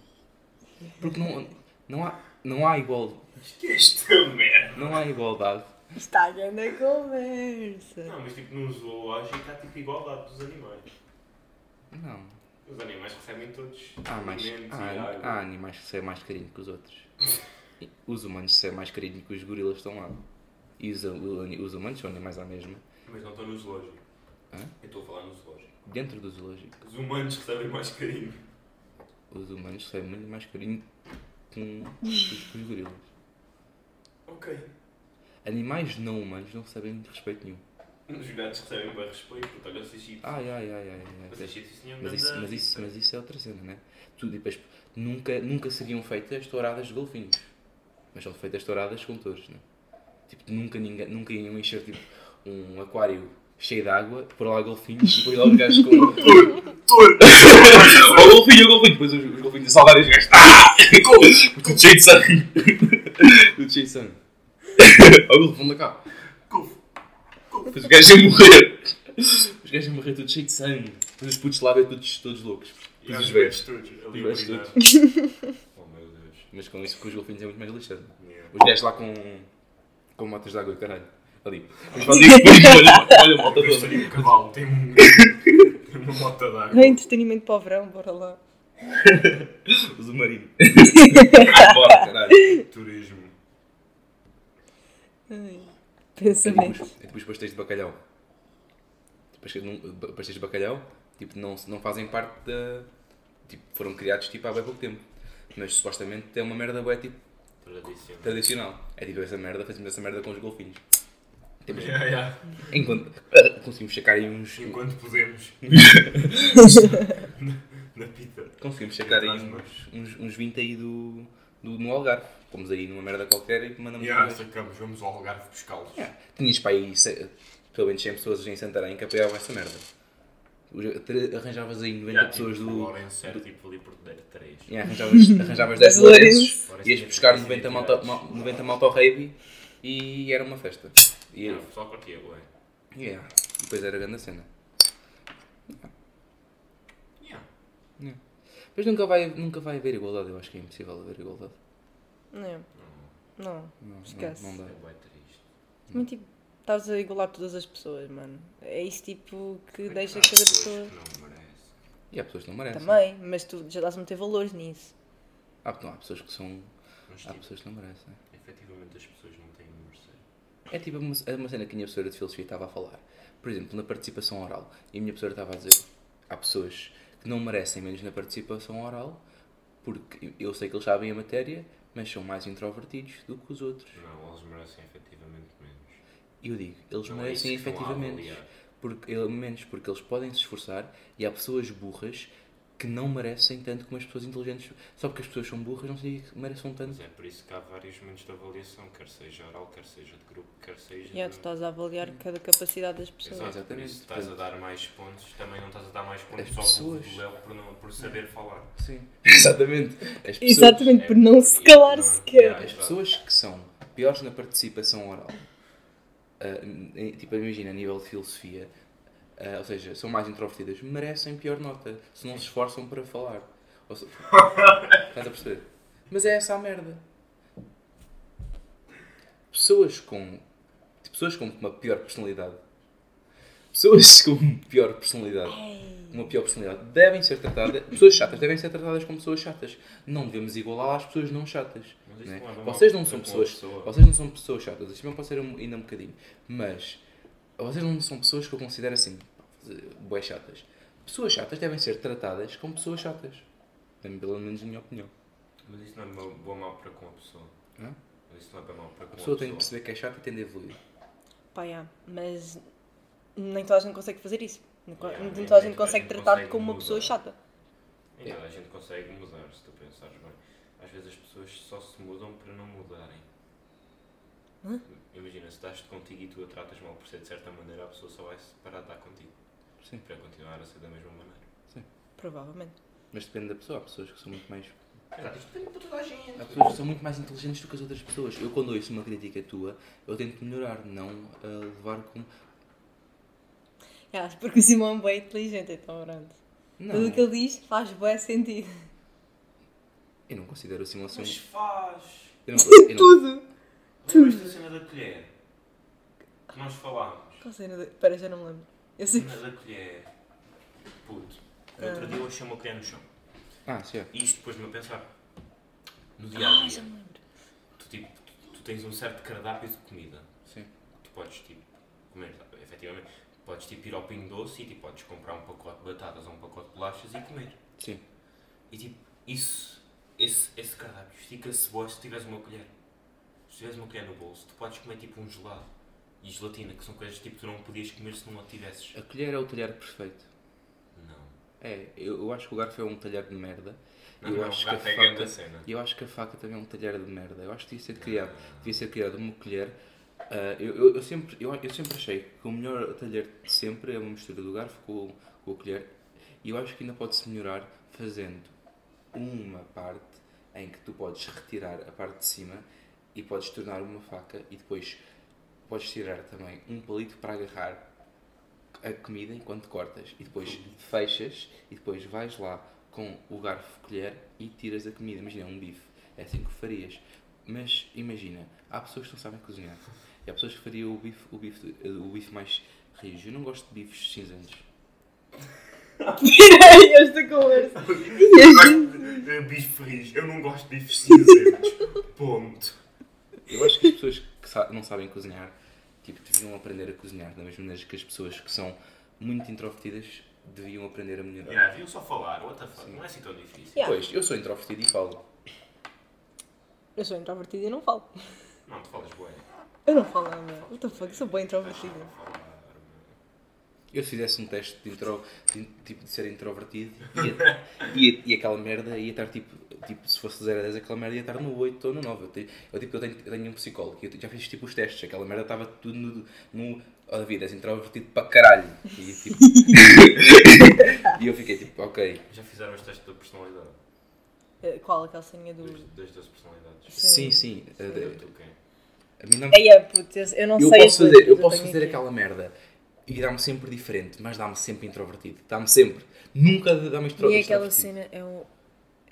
Speaker 2: Porque não, não há, não há igual,
Speaker 1: Acho que esta merda.
Speaker 2: não há igualdade.
Speaker 4: Está a grande conversa.
Speaker 1: Não, mas tipo, num zoológico há tipo igualdade dos animais.
Speaker 2: Não.
Speaker 1: Os animais recebem todos
Speaker 2: Há, mais,
Speaker 1: alimentos e
Speaker 2: há,
Speaker 1: água.
Speaker 2: há animais que são mais carinho que os outros. E Os humanos são mais carinho que os gorilas estão lá. E os, os humanos são animais à mesma.
Speaker 1: Mas não estou no zoológico.
Speaker 2: Hã?
Speaker 1: Eu estou a falar no zoológico.
Speaker 2: Dentro do zoológico,
Speaker 1: Os humanos recebem mais carinho.
Speaker 2: os humanos são muito mais carinho que os, que os gorilas.
Speaker 1: Ok.
Speaker 2: Animais não humanos não recebem respeito nenhum.
Speaker 1: Os gatos recebem bem respeito, porque olha os egípcios.
Speaker 2: Ai, ai, ai, ai. ai.
Speaker 1: Mas egípcios tinham
Speaker 2: Ah, Mas
Speaker 1: grande-
Speaker 2: isso, mas, isso, mas isso é outra cena, né? Tu, tipo, as- nunca, nunca seriam feitas touradas de golfinhos. Mas são feitas touradas com touros, né? Tipo, nunca, ninguém, nunca iam encher tipo, um aquário cheio de água, pôr lá golfinhos e pôr lá os gajos com. Touro! Touro! golfinho, golfinho! Depois os, os golfinhos a salvar os gajos. Ah! Tudo cheio de sangue! Tudo cheio de sangue. Olha o golfão da cá. Depois os gajos iam morrer. Os gajos iam morrer tudo cheio de sangue. Depois os putos lá ver todos, todos loucos.
Speaker 1: E há
Speaker 2: Todos
Speaker 1: os
Speaker 2: os velhos.
Speaker 1: velhos todos. Ali
Speaker 2: Os velhos
Speaker 1: a urinar. Oh meu Deus.
Speaker 2: Mas com isso, com os golfinhos é muito mais lixado.
Speaker 1: Yeah.
Speaker 2: Os gajos lá com. com motas de água, caralho. Ali. Mas fazem isso, olha, olha a malta
Speaker 1: Depois
Speaker 2: toda.
Speaker 1: teria um cavalo, tem um. Uma moto d'água.
Speaker 4: É entretenimento para o verão, bora lá.
Speaker 2: O submarino. Bora, caralho.
Speaker 1: Turismo.
Speaker 4: Ai,
Speaker 2: É tipo,
Speaker 4: pensamento.
Speaker 2: os- é tipo os pastéis de bacalhau. Tipo, as- não- ba- pastéis de bacalhau tipo, não, se- não fazem parte da. Tipo, foram criados tipo, há bem pouco tempo. Mas supostamente é uma merda bué, tipo,
Speaker 1: Tradicional.
Speaker 2: tradicional. É tipo essa merda, fazemos essa merda com os golfinhos. Temos,
Speaker 1: Yeah, yeah.
Speaker 2: enquanto, conseguimos sacar aí uns.
Speaker 1: Enquanto podemos. na, na pita.
Speaker 2: Conseguimos sacar aí
Speaker 1: Atrás,
Speaker 2: uns, uns, uns 20 aí do, do, no Algarve. Fomos aí numa merda qualquer e mandamos
Speaker 1: Yeah,
Speaker 2: um-
Speaker 1: sacamos, vamos ao Algarve buscá-los.
Speaker 2: Yeah. Tinhas para aí se- pelo menos 100 pessoas em Santarém que apoiavam essa merda. Os- tre- Arranjavas aí 90
Speaker 1: Yeah,
Speaker 2: pessoas
Speaker 1: tipo,
Speaker 2: do.
Speaker 1: O Lourenço era tipo ali por 3.
Speaker 2: Yeah, arranjavas, arranjavas 10
Speaker 4: Dos Lourenços.
Speaker 2: lourenços,
Speaker 1: Lourenços
Speaker 2: ias
Speaker 1: tinha
Speaker 2: buscar
Speaker 1: três
Speaker 2: 90
Speaker 1: identidades.
Speaker 2: malta, mal- 90 malta ao rave e era uma festa. E,
Speaker 1: Yeah. Só porque é bué.
Speaker 2: yeah. E depois era a grande cena.
Speaker 1: Yeah.
Speaker 2: Mas nunca vai, nunca vai haver igualdade, eu acho que é impossível haver igualdade.
Speaker 4: Não,
Speaker 1: Não,
Speaker 4: não.
Speaker 2: Não, não-
Speaker 4: Esquece.
Speaker 2: Não, dá.
Speaker 1: é bué triste.
Speaker 4: Mas tipo, estás a igualar todas as pessoas, mano. É isso tipo que deixa
Speaker 1: Há
Speaker 4: cada
Speaker 1: pessoas
Speaker 4: pessoa.
Speaker 1: é que Não merece.
Speaker 2: E há pessoas que não merecem.
Speaker 4: Também, mas tu já estás a meter valores nisso.
Speaker 2: Há, não, há pessoas que são.
Speaker 1: Mas
Speaker 2: Há
Speaker 1: tipo,
Speaker 2: pessoas que não merecem.
Speaker 1: efetivamente as pessoas não têm mercê.
Speaker 2: É tipo uma, é uma cena que a minha professora de filosofia estava a falar. Por exemplo, na participação oral. E a minha professora estava a dizer: há pessoas que não merecem menos na participação oral porque eu sei que eles sabem a matéria, mas são mais introvertidos do que os outros.
Speaker 1: Não, eles merecem efetivamente menos.
Speaker 2: E eu digo: eles
Speaker 1: Não é isso
Speaker 2: merecem
Speaker 1: que estão a
Speaker 2: efetivamente
Speaker 1: avaliar.
Speaker 2: porque, ele- menos porque eles podem se esforçar e há pessoas burras que não merecem tanto como as pessoas inteligentes. Só porque as pessoas são burras não significa que mereçam
Speaker 1: Mas
Speaker 2: tanto.
Speaker 1: é por isso que há vários momentos de avaliação, quer seja oral, quer seja de grupo, quer seja.
Speaker 4: Já tu
Speaker 1: de-
Speaker 4: estás a avaliar cada capacidade das pessoas.
Speaker 1: Exato, por
Speaker 2: Exatamente.
Speaker 1: isso estás a dar mais pontos, também não estás a dar mais pontos
Speaker 2: As
Speaker 1: ao
Speaker 2: pessoas. Hum.
Speaker 1: do Léo por, não- por saber falar.
Speaker 2: Sim. Exatamente. As pessoas-
Speaker 4: Exatamente, por não se calar
Speaker 1: É Não,
Speaker 4: sequer.
Speaker 1: yeah.
Speaker 2: As pessoas que são piores na participação oral, ah, em- tipo, imagina, a nível de filosofia, ah, ou seja, são mais introvertidas, merecem pior nota, se não se esforçam para falar. Ou se... Estás a perceber? Mas é essa a merda. Pessoas com... tipo, Pessoas com uma pior personalidade. Pessoas com pior personalidade
Speaker 1: É.
Speaker 2: uma pior personalidade devem ser tratadas, pessoas chatas devem ser tratadas como pessoas chatas. Não devemos igualar às pessoas não chatas.
Speaker 1: Mas isso
Speaker 2: Né?
Speaker 1: não é bom
Speaker 2: Vocês
Speaker 1: ao-
Speaker 2: não são
Speaker 1: ao-
Speaker 2: pessoas,
Speaker 1: pessoa.
Speaker 2: vocês não são pessoas chatas. Isto não pode ser um- ainda um bocadinho, mas vocês não são pessoas que eu considero assim, boas chatas. Pessoas chatas devem ser tratadas como pessoas chatas. Pelo menos na minha opinião.
Speaker 1: Mas isso não é mau- bom mal para com a pessoa.
Speaker 2: Hã?
Speaker 1: Mas isso não é bem mal para com
Speaker 2: A pessoa tem de perceber que é chata e tem de evoluir.
Speaker 4: Pá, yeah, mas nem toda a gente consegue fazer isso. Nem co-
Speaker 1: Yeah,
Speaker 4: nem
Speaker 1: É, nem-
Speaker 4: toda a
Speaker 1: nem
Speaker 4: gente
Speaker 1: toda a
Speaker 4: consegue
Speaker 1: gente
Speaker 4: tratar-te
Speaker 1: consegue
Speaker 4: como uma pessoa
Speaker 1: mudar.
Speaker 4: chata.
Speaker 1: E nada, Então, a gente consegue mudar, se tu pensares bem. Às vezes as pessoas só se mudam para não mudarem.
Speaker 4: Hã?
Speaker 1: Imagina, se estás contigo e tu a tratas mal por ser de certa maneira, a pessoa só vai se parar de estar contigo.
Speaker 2: Sim.
Speaker 1: Para continuar a ser da mesma maneira.
Speaker 4: Provavelmente.
Speaker 2: Mas depende da pessoa. Há pessoas que são muito mais
Speaker 1: Exato, isto depende de toda a gente.
Speaker 2: Há pessoas que são muito mais inteligentes do que as outras pessoas. Eu, quando ouço uma crítica tua, eu tento melhorar, não ah, levar como.
Speaker 4: Yeah, porque o Simão é bem inteligente, então pronto.
Speaker 2: Não,
Speaker 4: Tudo o que ele diz faz bem sentido.
Speaker 2: eu não considero assim um
Speaker 1: Mas
Speaker 2: assunto.
Speaker 1: faz!
Speaker 2: Eu não, eu não-
Speaker 4: Tudo!
Speaker 1: Lembras da cena da colher? Que nós falámos.
Speaker 4: Qual cena de... Pera, já não me lembro. Eu sei
Speaker 1: Cena
Speaker 4: que...
Speaker 1: da colher. Puto.
Speaker 4: Ah.
Speaker 1: No outro dia eu achei uma colher no chão.
Speaker 2: Ah, sim. é.
Speaker 1: E isto depois de me pensar. No dia a
Speaker 4: Ah, já
Speaker 1: dia.
Speaker 4: me lembro.
Speaker 1: Tu, tipo, tu, tu tens um certo cardápio de comida.
Speaker 2: Sim.
Speaker 1: Tu podes tipo comer, efetivamente. Podes tipo ir ao Pingo Doce e tipo, podes comprar um pacote de batatas ou um pacote de bolachas e comer.
Speaker 2: Sim.
Speaker 1: E tipo, isso, esse, esse cardápio estica-se boa se tiveres uma colher. Se tiveres uma colher no bolso, tu podes comer tipo um gelado e gelatina, que são coisas tipo tu não podias comer se não a tivesses.
Speaker 2: A colher é o talher perfeito.
Speaker 1: Não.
Speaker 2: É, eu, eu acho que o garfo é um talher de merda.
Speaker 1: Não,
Speaker 2: eu
Speaker 1: não,
Speaker 2: acho
Speaker 1: o garfo
Speaker 2: que a
Speaker 1: é grande
Speaker 2: faca.
Speaker 1: cena.
Speaker 2: Eu acho que a faca também é um talher de merda. Eu acho que devia ser criado.
Speaker 1: Não.
Speaker 2: Devia ser criado uma colher. Ah, eu, eu, eu sempre, eu, eu sempre achei que o melhor talher de sempre é uma mistura do garfo com, com a colher. E eu acho que ainda pode-se melhorar fazendo uma parte em que tu podes retirar a parte de cima e podes tornar uma faca e depois podes tirar também um palito para agarrar a comida enquanto cortas e depois fechas e depois vais lá com o garfo colher e tiras a comida. Imagina, um bife. É assim que farias. Mas imagina, há pessoas que não sabem cozinhar. E há pessoas que fariam o bife, o bife, o bife mais rijo. Eu não gosto de bifes cinzentos.
Speaker 3: Tirei esta conversa.
Speaker 1: Uh, bife ferris. Eu não gosto de bifes cinzentos. tipo, Ponto.
Speaker 2: Eu acho que as pessoas que sa- não sabem cozinhar, tipo, deviam aprender a cozinhar, da mesma maneira que as pessoas que são muito introvertidas deviam aprender a melhorar.
Speaker 1: Yeah, deviam só falar. What the fuck? Não é assim tão difícil.
Speaker 3: Yeah.
Speaker 2: Pois, eu sou introvertido e falo.
Speaker 3: Eu sou introvertida e não falo.
Speaker 1: Não, tu falas bué.
Speaker 3: Eu não falo nada. What the fuck? Eu sou bem introvertida.
Speaker 1: Falar.
Speaker 2: Eu se fizesse um teste de, intro, de, tipo, de ser introvertido ia- ia- e aquela merda ia estar tipo, tipo se fosse 0 a 10 aquela merda ia estar no 8 ou no 9. Eu, te- eu, tipo, eu, tenho, eu tenho um psicólogo e eu te- já fiz tipo os testes, aquela merda estava tudo no, no oh, David, és introvertido para caralho. E, tipo, e eu fiquei tipo, ok,
Speaker 1: Já fizeram os testes da personalidade?
Speaker 4: Eh, Qual a calcinha do.
Speaker 1: Dos- Das duas personalidades?
Speaker 2: sim, sim. a-
Speaker 1: Eu
Speaker 2: a-
Speaker 1: tu quem?
Speaker 2: a mim não-
Speaker 4: Ei, é, putz, eu- eu não
Speaker 2: eu
Speaker 4: sei. as
Speaker 2: posso
Speaker 4: duas,
Speaker 2: fazer, eu
Speaker 4: mas
Speaker 2: posso
Speaker 4: tenho
Speaker 2: fazer
Speaker 4: aqui.
Speaker 2: aquela merda e dá-me sempre diferente, mas dá-me sempre introvertido, dá-me sempre, nunca dá-me tipo, intro-
Speaker 4: E é aquela
Speaker 2: extrovertido.
Speaker 4: cena é um.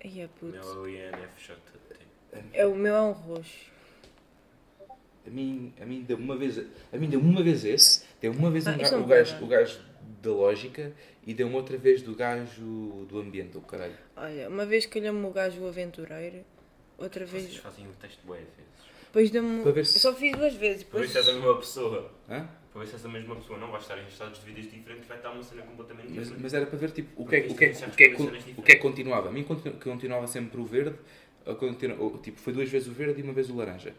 Speaker 4: Ei, é, putz.
Speaker 1: Não, INFJT.
Speaker 4: É, o meu é um roxo.
Speaker 2: A mim, a mim deu uma vez, a mim deu uma vez esse, deu uma vez
Speaker 4: Ah,
Speaker 2: um
Speaker 4: isso
Speaker 2: ga-
Speaker 4: é
Speaker 2: o,
Speaker 4: um
Speaker 2: gajo,
Speaker 4: problema.
Speaker 2: o gajo da lógica e deu-me outra vez do gajo do ambiente, o caralho.
Speaker 4: Olha, uma vez calhou-me o gajo aventureiro, outra
Speaker 1: Vocês
Speaker 4: vez.
Speaker 1: fazem o teste bué vezes.
Speaker 4: Depois deu-me. um-
Speaker 2: Para ver
Speaker 4: Eu
Speaker 2: se-
Speaker 4: só fiz duas vezes.
Speaker 1: Para ver
Speaker 4: Depois...
Speaker 1: se és a mesma pessoa.
Speaker 2: Hã?
Speaker 1: Para ver se és a mesma pessoa. Não vais estar em estados de vidas diferentes, vai estar uma cena completamente
Speaker 2: Mas,
Speaker 1: diferente.
Speaker 2: mas era para ver tipo, o, que é, o, que é,
Speaker 1: Porque
Speaker 2: o, que é,
Speaker 1: isto
Speaker 2: con-
Speaker 1: é diferente.
Speaker 2: o que é que continuava. A mim continu- continuava sempre o verde, a continu- ou, tipo, foi duas vezes o verde e uma vez o laranja.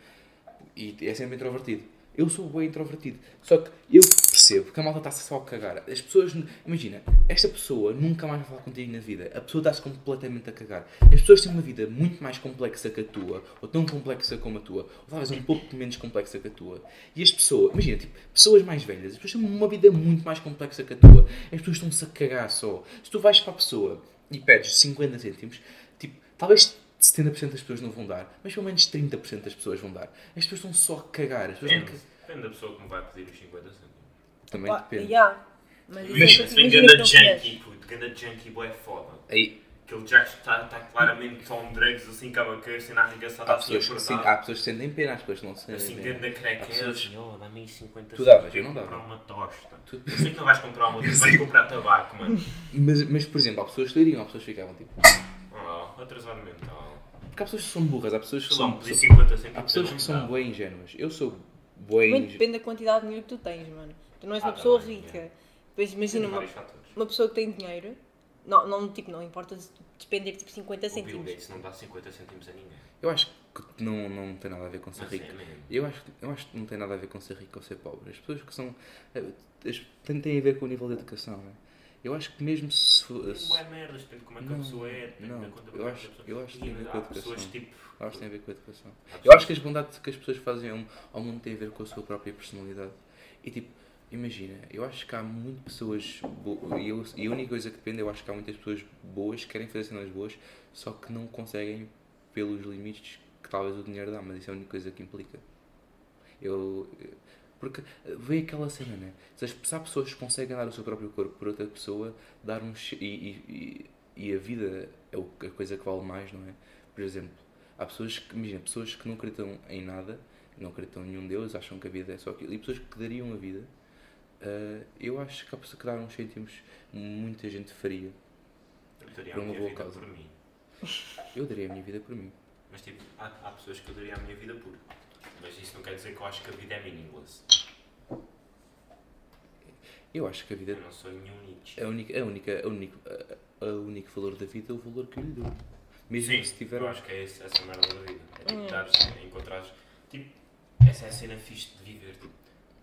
Speaker 2: E é sempre introvertido. Eu sou bem introvertido. Só que eu percebo que a malta está-se só a cagar. As pessoas. n- Imagina, esta pessoa nunca mais vai falar contigo na vida. A pessoa está-se completamente a cagar. As pessoas têm uma vida muito mais complexa que a tua, ou tão complexa como a tua, ou talvez um pouco menos complexa que a tua. E as pessoas. Imagina, tipo, pessoas mais velhas. As pessoas têm uma vida muito mais complexa que a tua. As pessoas estão-se a cagar só. Se tu vais para a pessoa e pedes 50 cêntimos, tipo, talvez 70% das pessoas não vão dar, mas pelo menos 30% das pessoas vão dar. As pessoas estão só a cagar. As pessoas não
Speaker 1: Depende, depende da pessoa que me vai pedir os 50 cêntimos.
Speaker 2: ca- Também
Speaker 4: Ah,
Speaker 2: depende.
Speaker 4: yeah. Mas
Speaker 1: Imagina,
Speaker 4: isso é
Speaker 1: se
Speaker 4: porque
Speaker 1: vem
Speaker 4: imagina
Speaker 1: ganda
Speaker 4: que não queres.
Speaker 1: junkie, puto. Ganda junkie, boé, foda.
Speaker 2: Aí,
Speaker 1: Aquele Jack está tá claramente só um dregs assim, cama que assim na arregaçada
Speaker 2: há,
Speaker 1: a ser
Speaker 2: pessoas que, sim,
Speaker 1: apertada.
Speaker 2: há pessoas que sentem pena, há pessoas que não sentem
Speaker 1: Assim,
Speaker 2: pena.
Speaker 1: ganda creca.
Speaker 2: Há pessoas-
Speaker 1: "Oh, dá-me aí 50
Speaker 2: Tu davas, eu não
Speaker 1: vou comprar
Speaker 2: dava.
Speaker 1: uma tosta.
Speaker 2: Tu-
Speaker 1: Eu sei que não vais comprar uma tosta, vais comprar tabaco, mano.
Speaker 2: Mas, mas, por exemplo, há pessoas que liriam, há pessoas que ficavam tipo.
Speaker 1: Oh, atrasado mental.
Speaker 2: Porque há pessoas que são burras, há pessoas que
Speaker 1: Só me
Speaker 2: são.
Speaker 1: pedi 50
Speaker 2: Há
Speaker 1: cêntimos.
Speaker 2: pessoas que são bem ingênuas. Eu sou bem
Speaker 4: Muito
Speaker 2: ingênuo.
Speaker 4: depende da quantidade de dinheiro que tu tens, mano. Tu não és
Speaker 1: Ah,
Speaker 4: uma pessoa
Speaker 1: também,
Speaker 4: rica.
Speaker 1: yeah.
Speaker 4: Depois
Speaker 1: Sim,
Speaker 4: imagina uma,
Speaker 1: vários fatores.
Speaker 4: uma pessoa que tem dinheiro, não, não, tipo, não importa de despender tipo 50
Speaker 1: O Bill
Speaker 4: cêntimos.
Speaker 1: Gates não dá 50 cêntimos a ninguém.
Speaker 2: Eu acho que não, não tem nada a ver com ser
Speaker 1: Mas
Speaker 2: rico.
Speaker 1: é mesmo.
Speaker 2: Eu acho, eu acho que não tem nada a ver com ser rico ou ser pobre. As pessoas que são. eh, as- Tem, tem a ver com o nível de educação, não é? Eu acho que mesmo se. fo- se-
Speaker 1: Não é merda, depende de como é que a
Speaker 2: Não,
Speaker 1: pessoa é, depende
Speaker 2: não.
Speaker 1: da conta
Speaker 2: Eu
Speaker 1: da
Speaker 2: acho-
Speaker 1: pessoa.
Speaker 2: eu acho que
Speaker 1: E
Speaker 2: tem a ver com a
Speaker 1: há
Speaker 2: educação.
Speaker 1: pessoas tipo.
Speaker 2: eu acho que tem a ver com a
Speaker 1: há
Speaker 2: educação. Eu acho
Speaker 1: pessoas-
Speaker 2: que as bondades que as pessoas fazem ao- ao mundo têm a ver com a sua própria personalidade. E tipo, imagina, eu acho que há muitas pessoas. bo- E, eu- e a única coisa que depende, eu acho que há muitas pessoas boas que querem fazer cenas boas, só que não conseguem pelos limites que talvez o dinheiro dá, mas isso é a única coisa que implica. Eu. Porque eh, vê aquela cena, né? Se, as, se há pessoas que conseguem dar o seu próprio corpo por outra pessoa, dar um. che- E, e, e, e a vida é o- a coisa que vale mais, não é? Por exemplo, há pessoas que, imagina, pessoas que não acreditam em nada, não acreditam em nenhum Deus, acham que a vida é só aquilo, e pessoas que dariam a vida. eh, eu acho que há pessoas que dar uns cêntimos, muita gente faria.
Speaker 1: Eu daria a
Speaker 2: Por uma
Speaker 1: minha
Speaker 2: boa
Speaker 1: vida
Speaker 2: causa.
Speaker 1: por mim.
Speaker 2: Eu daria a minha vida por mim.
Speaker 1: Mas tipo, há, há pessoas que eu daria a minha vida por. Mas isso não quer dizer que eu acho que a vida é meaningless.
Speaker 2: Eu acho que a vida é
Speaker 1: Eu não sou nenhum Nietzsche.
Speaker 2: A única, a única, a único, a, a único valor da vida é o valor que eu lhe dou. Mesmo
Speaker 1: Sim,
Speaker 2: que se tiver. um Hum.
Speaker 1: eu acho que é esse- essa merda da vida. É tipo, dares, encontrares. Tipo, essa é a cena fixe de viver. Tipo,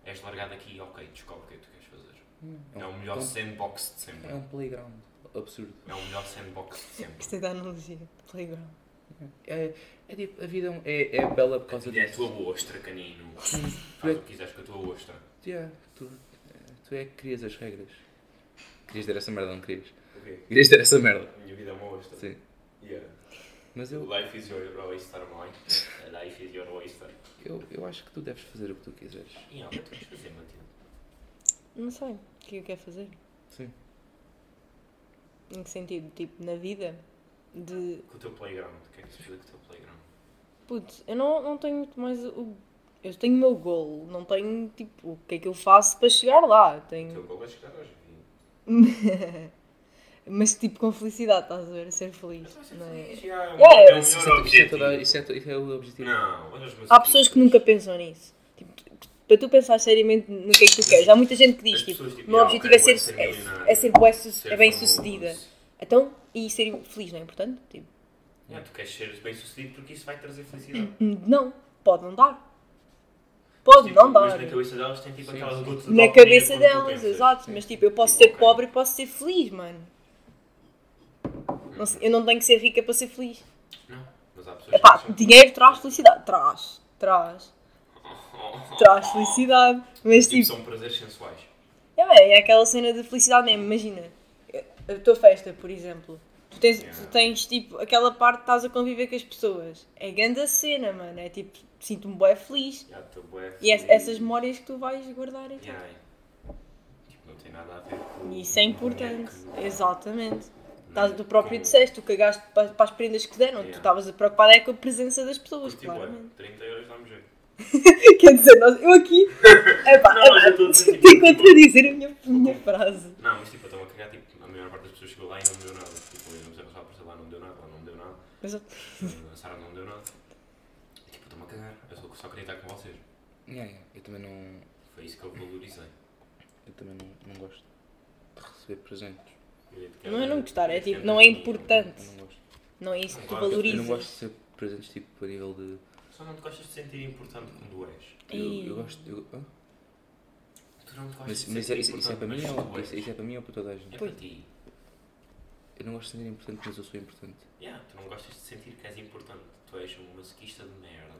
Speaker 1: és largado aqui, ok, descobre o que é que tu queres fazer.
Speaker 2: é um-
Speaker 1: É o melhor
Speaker 2: é um-
Speaker 1: sandbox de sempre.
Speaker 2: É um playground absurdo.
Speaker 1: É o melhor sandbox de sempre.
Speaker 4: Gostei é da analogia. Playground.
Speaker 2: É, é tipo, a vida é um- é, é bela por causa
Speaker 1: E é a
Speaker 2: disso.
Speaker 1: tua ostra, canino.
Speaker 2: Tu
Speaker 1: Faz o
Speaker 2: é,
Speaker 1: que quiseres com a tua ostra.
Speaker 2: yeah, tu, tu é que crias as regras. Querias ter essa merda, não querias?
Speaker 1: O quê?
Speaker 2: Querias ter essa merda.
Speaker 1: A minha vida é uma ostra.
Speaker 2: Sim.
Speaker 1: Yeah.
Speaker 2: Mas eu,
Speaker 1: Life is your oyster, mãe. Life is your oyster.
Speaker 2: eu, eu acho que tu deves fazer o que tu quiseres.
Speaker 1: E há o que tens de fazer, Matilde?
Speaker 4: Não sei. O que eu quero fazer?
Speaker 2: Sim.
Speaker 4: Em que sentido? Tipo, na vida? De.
Speaker 1: Com o teu playground. O que é que tu fazer com o teu playground?
Speaker 4: Putz, eu não, não tenho muito mais o. Eu tenho o meu golo. Não tenho,
Speaker 1: Então.
Speaker 4: tipo, o que é que eu faço para chegar lá.
Speaker 1: O
Speaker 4: Tenho.
Speaker 1: teu gol é chegar aos 20.
Speaker 4: Mas tipo com felicidade, estás a ver? Ser feliz. não é?
Speaker 1: É, o
Speaker 2: Isso
Speaker 1: melhor
Speaker 2: é, isso é toda-
Speaker 1: objetivo.
Speaker 2: isso é to- isso é o objetivo.
Speaker 1: Não, olha os meus
Speaker 4: Há pessoas que
Speaker 1: títulos.
Speaker 4: nunca pensam nisso. Tipo, tu- para tu pensar seriamente no que é que tu queres. Há muita gente que diz,
Speaker 1: As
Speaker 4: tipo,
Speaker 1: pessoas, tipo,
Speaker 4: o meu
Speaker 1: ah,
Speaker 4: objetivo
Speaker 1: ok,
Speaker 4: é
Speaker 1: quero
Speaker 4: ser,
Speaker 1: ser milionário,
Speaker 4: é, é ser bué su-
Speaker 1: Ser
Speaker 4: é bem
Speaker 1: famoso.
Speaker 4: sucedida. Então, e ser feliz não é importante? Tipo,
Speaker 1: Yeah, tu queres ser bem sucedido porque isso vai trazer felicidade.
Speaker 4: não, pode não dar. Hum, Pode
Speaker 1: Tipo,
Speaker 4: não
Speaker 1: Mas
Speaker 4: dar.
Speaker 1: na cabeça delas tem tipo
Speaker 2: Sim,
Speaker 1: aquela
Speaker 2: sim.
Speaker 1: gota de
Speaker 4: Na
Speaker 1: dopamina
Speaker 4: cabeça
Speaker 1: quando tu
Speaker 4: delas,
Speaker 1: pensas.
Speaker 4: exato.
Speaker 2: Sim.
Speaker 4: Mas tipo, eu posso
Speaker 1: Tipo,
Speaker 4: ser
Speaker 1: ok.
Speaker 4: pobre e posso ser feliz, mano. Não se- eu não tenho que ser rica para ser feliz.
Speaker 1: Não, mas há pessoas
Speaker 4: Epá,
Speaker 1: que acham-
Speaker 4: dinheiro traz felicidade. Traz, traz, traz felicidade. Mas
Speaker 1: oh, Tipo,
Speaker 4: tipo,
Speaker 1: são prazeres sensuais.
Speaker 4: É bem, é aquela cena de felicidade mesmo, imagina. A a tua festa, por exemplo. Tu tens,
Speaker 1: Yeah.
Speaker 4: tu tens tipo, aquela parte que estás a conviver com as pessoas. É grande a cena, mano. É tipo, sinto-me bué feliz.
Speaker 1: Yeah, tô bué
Speaker 4: E es-
Speaker 1: feliz.
Speaker 4: essas memórias que tu vais guardar então.
Speaker 1: Yeah, yeah. Tipo, não tem nada a ver com.
Speaker 4: E isso é importante.
Speaker 1: com-
Speaker 4: Exatamente.
Speaker 1: com-
Speaker 4: Estás, tu próprio
Speaker 1: com-
Speaker 4: disseste, tu cagaste para, para as prendas que deram. Tu
Speaker 1: Yeah.
Speaker 4: estavas preocupada é com a presença das pessoas,
Speaker 1: Curti bué.
Speaker 4: claramente.
Speaker 1: 30 tipo, é euros dá-me jeito.
Speaker 4: Quer dizer, nós, eu aqui. Epá,
Speaker 1: Não, mas eu estou a dizer,
Speaker 4: tenho que
Speaker 1: tipo,
Speaker 4: contradizer a minha, minha frase.
Speaker 1: Não, mas tipo, eu estou a cagar, tipo, a maior parte das pessoas chegou lá e não me deu nada. Tipo, eu não sei lá, sei lá, não me deu nada, ela não me deu nada,
Speaker 4: Mas eu-
Speaker 1: a Sara não me deu nada. E, tipo, estou-me a cagar, eu só, só queria estar com vocês.
Speaker 2: Yeah, yeah. Eu também não.
Speaker 1: Foi isso que eu valorizei.
Speaker 2: Eu também não, não gosto de receber presentes.
Speaker 4: Não é não gostar, é tipo, não é importante.
Speaker 2: Eu não gosto.
Speaker 4: Não é isso que tu
Speaker 1: Claro, eu não
Speaker 2: Eu não
Speaker 4: valorizas.
Speaker 2: gosto de ser presentes tipo a nível de.
Speaker 1: Só não te gostas de sentir importante quando és.
Speaker 2: Eu,
Speaker 4: Ei.
Speaker 2: eu gosto. Eu, ah?
Speaker 1: Tu não te gostas
Speaker 2: Mas,
Speaker 1: de
Speaker 2: mas
Speaker 1: sentir
Speaker 2: isso, isso é
Speaker 1: importante,
Speaker 2: para mim
Speaker 1: mas tu
Speaker 2: ou
Speaker 1: és.
Speaker 2: isso, isso é para mim ou para toda a gente?
Speaker 1: É para ti.
Speaker 2: Eu não gosto de ser importante, mas eu sou importante.
Speaker 1: Yeah, tu não gostas de sentir que és importante. Tu és um masoquista de merda.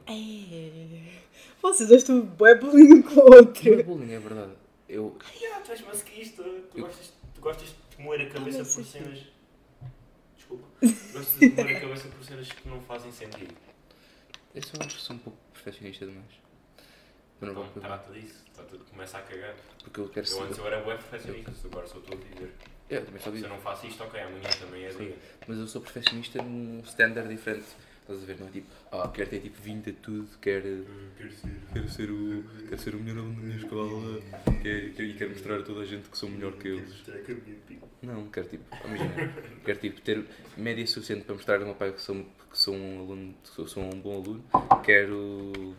Speaker 4: É. Vocês dois estão bué bullying um com o
Speaker 2: Não é
Speaker 4: outro.
Speaker 2: bullying, é verdade. Eu,
Speaker 1: Yeah, tu és masoquista. Tu
Speaker 2: Eu-
Speaker 1: gostas, tu gostas de te moer a cabeça por
Speaker 4: masoquista.
Speaker 1: cenas. Desculpa. Tu gostas de te moer a cabeça por cenas que não fazem sentido.
Speaker 2: eu só acho que sou um pouco perfeccionista demais. Eu não
Speaker 1: Então
Speaker 2: vou-
Speaker 1: trata disso. Tá tudo, começa a cagar.
Speaker 2: porque eu quero
Speaker 1: Eu antes
Speaker 2: ser.
Speaker 1: eu era bué perfeccionista, agora sou tu a dizer.
Speaker 2: Eu também sou
Speaker 1: Se eu
Speaker 2: disso.
Speaker 1: não faço isto, ok, amanhã também é dia.
Speaker 2: Mas eu sou perfeccionista num standard diferente. Estás a ver? Não é tipo, ah, quero ter tipo 20 a tudo, quero.
Speaker 1: Hum, Quero ser.
Speaker 2: Quero ser o, quero ser o melhor aluno da minha escola quero, quero- e quero mostrar a toda a gente que sou melhor que eles. Não, quero tipo, imagina, quero tipo ter média suficiente para mostrar ao meu pai que sou, que sou um aluno, que sou um bom aluno. Quero,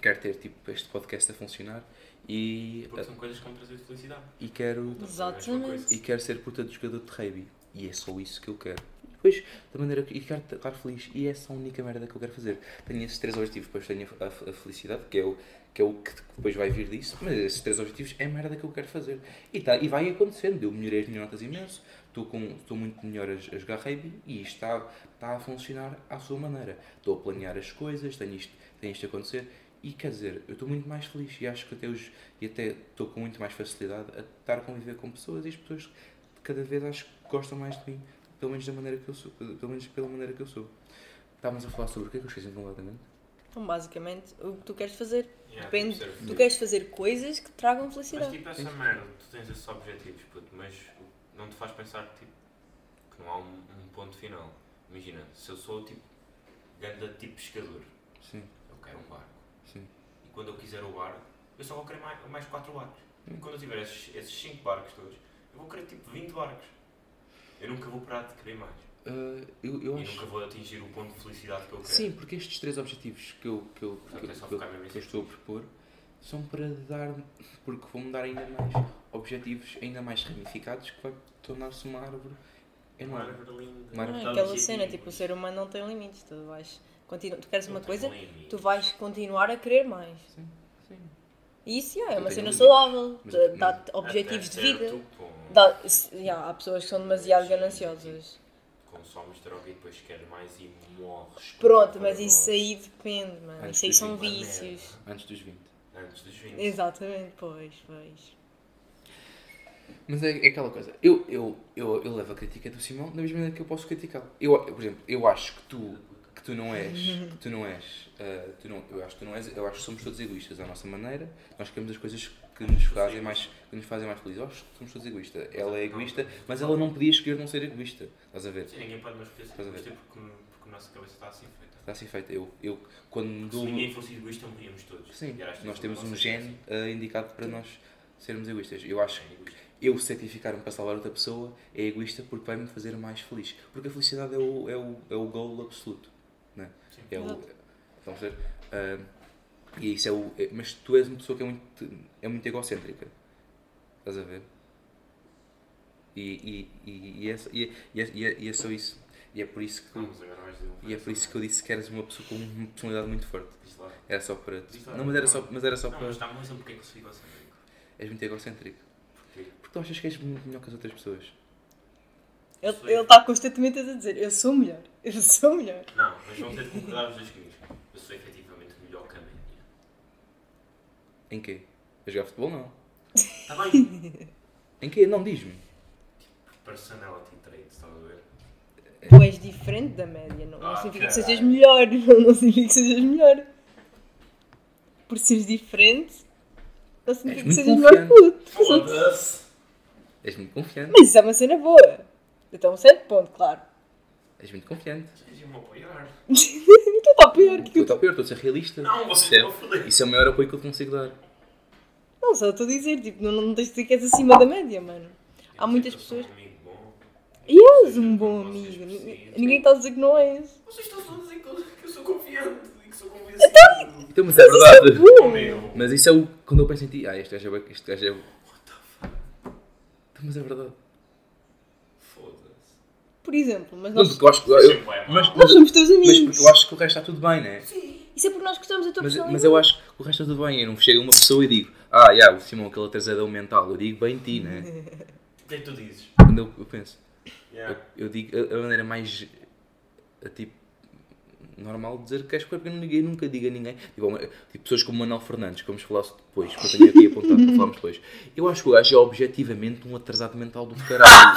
Speaker 2: quero ter tipo este podcast a funcionar e,
Speaker 1: Porque são coisas que vão trazer felicidade.
Speaker 2: e quero
Speaker 4: Exatamente.
Speaker 2: e quero ser puta de jogador de rugby. E é só isso que eu quero. E depois, da maneira que. E quero estar feliz. E essa é a única merda que eu quero fazer. Tenho esses três objetivos. Depois tenho a, a- a felicidade, que é, o, que é o que depois vai vir disso. Mas esses três objetivos é a merda que eu quero fazer. E, tá, e vai acontecendo. Eu melhorei as minhas notas imenso. Estou com- estou muito melhor a, a jogar rugby. E isto está, está a funcionar à sua maneira. Estou a planear as coisas. Tenho isto, tenho isto a acontecer. E quer dizer, eu estou muito mais feliz e acho que até os, e até estou com muito mais facilidade a estar a conviver com pessoas e as pessoas cada vez acho que gostam mais de mim, pelo menos da maneira que eu sou, pelo menos pela maneira que eu sou. Estávamos a falar sobre o que é que eu esqueci completamente?
Speaker 4: Então, basicamente, o que tu queres fazer.
Speaker 1: Yeah,
Speaker 4: Depende. é
Speaker 1: tipo, ser
Speaker 4: Tu queres fazer coisas que tragam
Speaker 1: Mas
Speaker 4: felicidade.
Speaker 1: tipo essa merda, tu tens esses objetivos, puto, mas não te faz pensar tipo, que não há um, um ponto final. Imagina, se eu sou tipo ganda tipo pescador,
Speaker 2: Sim,
Speaker 1: eu quero um barco.
Speaker 2: sim.
Speaker 1: E quando eu quiser o barco, eu só vou querer mais, mais 4 barcos.
Speaker 4: Hum.
Speaker 1: E quando eu tiver esses, esses 5 barcos todos, eu vou querer tipo 20 barcos. Eu nunca vou parar de querer mais.
Speaker 2: Ah, eu, eu
Speaker 1: e
Speaker 2: acho.
Speaker 1: nunca vou atingir o ponto de felicidade que eu quero.
Speaker 2: Sim, porque estes três objetivos que eu, que eu, que eu,
Speaker 1: Portanto, é só
Speaker 2: que eu-
Speaker 1: focar mesmo em
Speaker 2: que eu
Speaker 1: si.
Speaker 2: estou a propor são para dar. porque vão-me dar ainda mais objetivos ainda mais ramificados que vai tornar-se uma árvore
Speaker 1: Uma
Speaker 2: enorme.
Speaker 1: árvore linda.
Speaker 2: Uma árvore-
Speaker 4: Não é
Speaker 1: Tá
Speaker 4: aquela
Speaker 1: legítimo.
Speaker 4: cena, tipo, o ser humano não tem limites. Tu vais. Continu... Tu queres
Speaker 1: Não é?
Speaker 4: uma
Speaker 1: tem
Speaker 4: coisa,
Speaker 1: limite.
Speaker 4: tu vais continuar a querer mais.
Speaker 2: Sim, sim.
Speaker 4: E isso yeah, é
Speaker 2: Eu
Speaker 4: uma
Speaker 2: tenho
Speaker 4: cena
Speaker 2: limites.
Speaker 4: saudável.
Speaker 2: Mas
Speaker 4: dá-
Speaker 2: eu-
Speaker 4: Dá-te
Speaker 1: Até
Speaker 4: objetivos de
Speaker 1: certo
Speaker 4: vida.
Speaker 1: ponto.
Speaker 4: Dá... se- yeah, há pessoas que são demasiado gananciosas.
Speaker 1: consomes droga e depois queres mais e morres. com
Speaker 4: Pronto,
Speaker 1: droga
Speaker 4: mas isso
Speaker 1: nova.
Speaker 4: aí depende, mano.
Speaker 2: Ah,
Speaker 4: Isso aí
Speaker 2: isso
Speaker 4: são
Speaker 1: é uma
Speaker 4: vícios.
Speaker 2: Antes dos 20.
Speaker 1: Antes dos 20.
Speaker 4: Exatamente, pois, pois.
Speaker 2: Mas é, é aquela coisa, eu, eu, eu, eu levo a crítica do Simão da mesma maneira que eu posso criticá-lo. Eu, por exemplo, eu acho que tu, que tu não és, que tu não és, ah, tu não, eu acho que tu não és, eu acho que somos todos egoístas à nossa maneira, nós queremos as coisas que nos fazem mais, que nos fazem mais felizes. Eu acho que somos todos egoístas. Ela é egoísta, mas ela não podia escolher não ser egoísta. Estás a ver?
Speaker 1: Sim, ninguém pode nos pensar
Speaker 2: Estás a ver?
Speaker 1: egoísta tipo, porque, porque a nossa cabeça está assim feita.
Speaker 2: Está assim feito. Eu, eu quando me
Speaker 1: Se
Speaker 2: dou.
Speaker 1: ninguém fosse egoísta, morríamos todos.
Speaker 2: Sim,
Speaker 1: E era esta
Speaker 2: nós
Speaker 1: a
Speaker 2: temos um
Speaker 1: nossa
Speaker 2: gene ah, indicado para nós sermos egoístas. Eu acho
Speaker 1: cabeça. É egoísta.
Speaker 2: Eu- eu sacrificar-me para salvar outra pessoa é egoísta porque vai-me fazer mais feliz. Porque a felicidade é o, é o, é o goal absoluto. Né?
Speaker 1: Sim.
Speaker 2: É o,
Speaker 4: Exato.
Speaker 2: vamos dizer, ah, e isso é o. é- mas tu és uma pessoa que é muito, é muito egocêntrica. Estás a ver? E, e, e, e, é, só- e, é- e, é- e é, e é só isso. E é por isso que.
Speaker 1: Não, mas agora vais dizer uma
Speaker 2: E é por isso que eu disse que eras uma pessoa com uma personalidade muito forte.
Speaker 1: Diz lá.
Speaker 2: Era só para.
Speaker 1: Diz lá.
Speaker 2: Não, mas era só, mas era só
Speaker 1: Não,
Speaker 2: para.
Speaker 1: mas dá-me razão porque é que eu sou egocêntrico.
Speaker 2: És muito egocêntrico.
Speaker 1: Porquê?
Speaker 2: Porque tu achas que és muito melhor que as outras pessoas.
Speaker 1: Eu
Speaker 3: Ele
Speaker 1: sei.
Speaker 4: tá
Speaker 3: está constantemente a dizer: Eu sou melhor, eu sou melhor.
Speaker 1: Não, mas vamos ter de concordar os dois comigo. Eu sou efetivamente melhor que a média.
Speaker 2: Em quê? A jogar futebol não.
Speaker 1: Está Tá bem?
Speaker 2: Em quê? Não, diz-me.
Speaker 1: Personality trait, estás a ver?
Speaker 4: Tu
Speaker 2: É.
Speaker 4: és diferente da média, não, não
Speaker 1: Ah,
Speaker 4: significa que
Speaker 1: caralho.
Speaker 4: sejas melhor. Não, não significa que sejas melhor. Por seres diferente, não significa que
Speaker 2: muito
Speaker 4: sejas melhor que o outro.
Speaker 1: Foda-se!
Speaker 2: És muito confiante.
Speaker 4: Mas isso é uma cena boa. Até um certo ponto, claro.
Speaker 2: És muito confiante.
Speaker 1: Vocês iam me apoiar?
Speaker 4: Então está pior que
Speaker 2: Eu
Speaker 4: eu.
Speaker 2: estou pior, estou a ser realista.
Speaker 1: Não, vocês
Speaker 2: Percebe?
Speaker 1: estão a foder.
Speaker 2: Isso é o maior apoio que eu te consigo dar.
Speaker 4: Não, só estou a dizer, tipo, não, não tens de dizer que és acima da média, mano. Há muitas pessoas-
Speaker 1: Um amigo bom.
Speaker 4: E és um
Speaker 1: Vocês
Speaker 4: bom
Speaker 1: não- assim, vocês
Speaker 4: amigo. Ninguém-
Speaker 1: precisam.
Speaker 4: Ninguém está a dizer que não és.
Speaker 1: Vocês estão só a dizer que eu- que eu sou confiante e que sou convencido.
Speaker 2: Então, mas é verdade.
Speaker 1: Oh, meu.
Speaker 2: Mas isso é o. Quando eu penso em ti. Ah, este gajo é. bué- Este gajo é. Então, Mas é verdade.
Speaker 1: Foda-se.
Speaker 4: Por exemplo, mas
Speaker 2: Não,
Speaker 4: nós,
Speaker 2: porque eu acho que. eu-
Speaker 1: Isso é bué mau.
Speaker 2: mas,
Speaker 4: nós
Speaker 2: mas,
Speaker 4: somos teus
Speaker 2: mas
Speaker 4: amigos.
Speaker 2: porque eu acho que o resto está tudo bem, né?
Speaker 4: Isso é porque nós gostamos da tua
Speaker 2: Mas,
Speaker 4: personalidade.
Speaker 2: mas eu acho que o resto está tudo bem. Eu não chego a uma pessoa e digo, ah, já, o Simão, aquele atrasadão mental. Eu digo bem ti, né?
Speaker 1: O que é que tu dizes?
Speaker 2: Quando eu, eu penso, eu,
Speaker 1: Yeah.
Speaker 2: eu digo a, a maneira mais, a, tipo, normal de dizer que és coisa, porque eu ninguém nunca digo a ninguém. Tipo, uma- tipo, pessoas como o Manuel Fernandes, que vamos falar depois, que eu tenho aqui apontado para falarmos depois. Eu acho que o gajo é objetivamente um atrasado mental do caralho.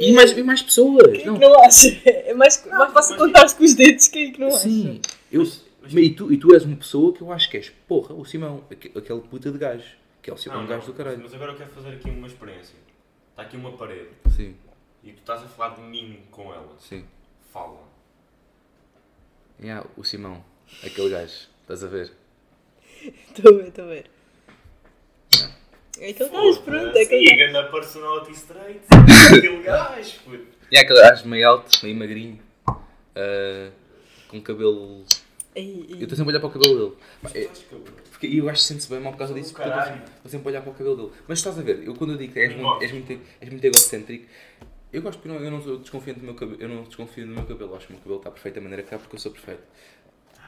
Speaker 2: e, mais, e mais pessoas.
Speaker 3: Não,
Speaker 2: Não,
Speaker 3: não acho. É mais, mais fácil
Speaker 1: mas-
Speaker 3: contar-se com os dedos que é que não acho.
Speaker 2: Sim, eu,
Speaker 1: mas-
Speaker 2: e, tu, e tu és uma pessoa que eu acho que és, porra, o Simão, aque- aquele puta de gajo, que é o Simão
Speaker 1: Não,
Speaker 2: um gajo
Speaker 1: não,
Speaker 2: do caralho.
Speaker 1: Mas agora eu quero fazer aqui uma experiência. Está aqui uma parede
Speaker 2: Sim,
Speaker 1: e tu estás a falar de mim com ela.
Speaker 2: sim.
Speaker 1: Fala.
Speaker 2: Yeah, o Simão, aquele gajo, estás a ver?
Speaker 4: Estou a ver, estou a ver. É aquele gajo, pronto, é
Speaker 1: Foda-se,
Speaker 4: aquele
Speaker 1: e
Speaker 4: gajo.
Speaker 1: ganda personality straight. Aquele gajo, puto.
Speaker 2: E há aquele gajo meio alto, meio magrinho, ah, com cabelo.
Speaker 4: Ei,
Speaker 2: Eu
Speaker 4: ei.
Speaker 2: estou sempre a olhar para o cabelo dele. Pá, é-
Speaker 1: Estás cabrão.
Speaker 2: Porque e eu acho que sente-se bem mal por causa
Speaker 1: Do
Speaker 2: disso, porque eu
Speaker 1: caralho.
Speaker 2: estou- estou sempre a olhar para o cabelo dele. Mas estás a ver, eu quando eu digo que és,
Speaker 1: Não
Speaker 2: muito,
Speaker 1: gosto.
Speaker 2: és, muito, és muito egocêntrico, eu gosto porque eu não, eu não sou- eu desconfio do meu cabelo, eu não desconfio do meu cabelo, acho que o meu cabelo está perfeito da maneira que está porque eu sou perfeito.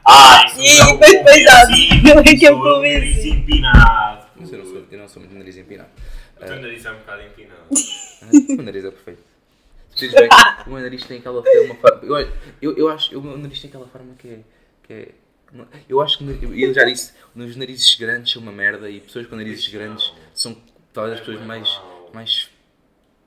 Speaker 1: Ah,
Speaker 2: um
Speaker 4: Ih, bem pesado. Ele é que é o
Speaker 1: nariz
Speaker 4: convencido.
Speaker 1: empinado.
Speaker 2: Mas eu não sou, eu não sou muito nariz empinado.
Speaker 1: O teu nariz é um bocado empinado.
Speaker 2: Ah, o meu nariz é perfeito. Se dizes bem, o meu nariz tem aquela forma. fa- Eu, acho- eu, eu acho, o meu nariz tem aquela forma que é. Que é não- eu acho que, na- eu eu já disse, nos narizes grandes são uma merda e pessoas com narizes
Speaker 1: Isso
Speaker 2: grandes
Speaker 1: não.
Speaker 2: são talvez as
Speaker 1: É
Speaker 2: pessoas
Speaker 1: bué
Speaker 2: mais,
Speaker 1: mau.
Speaker 2: mais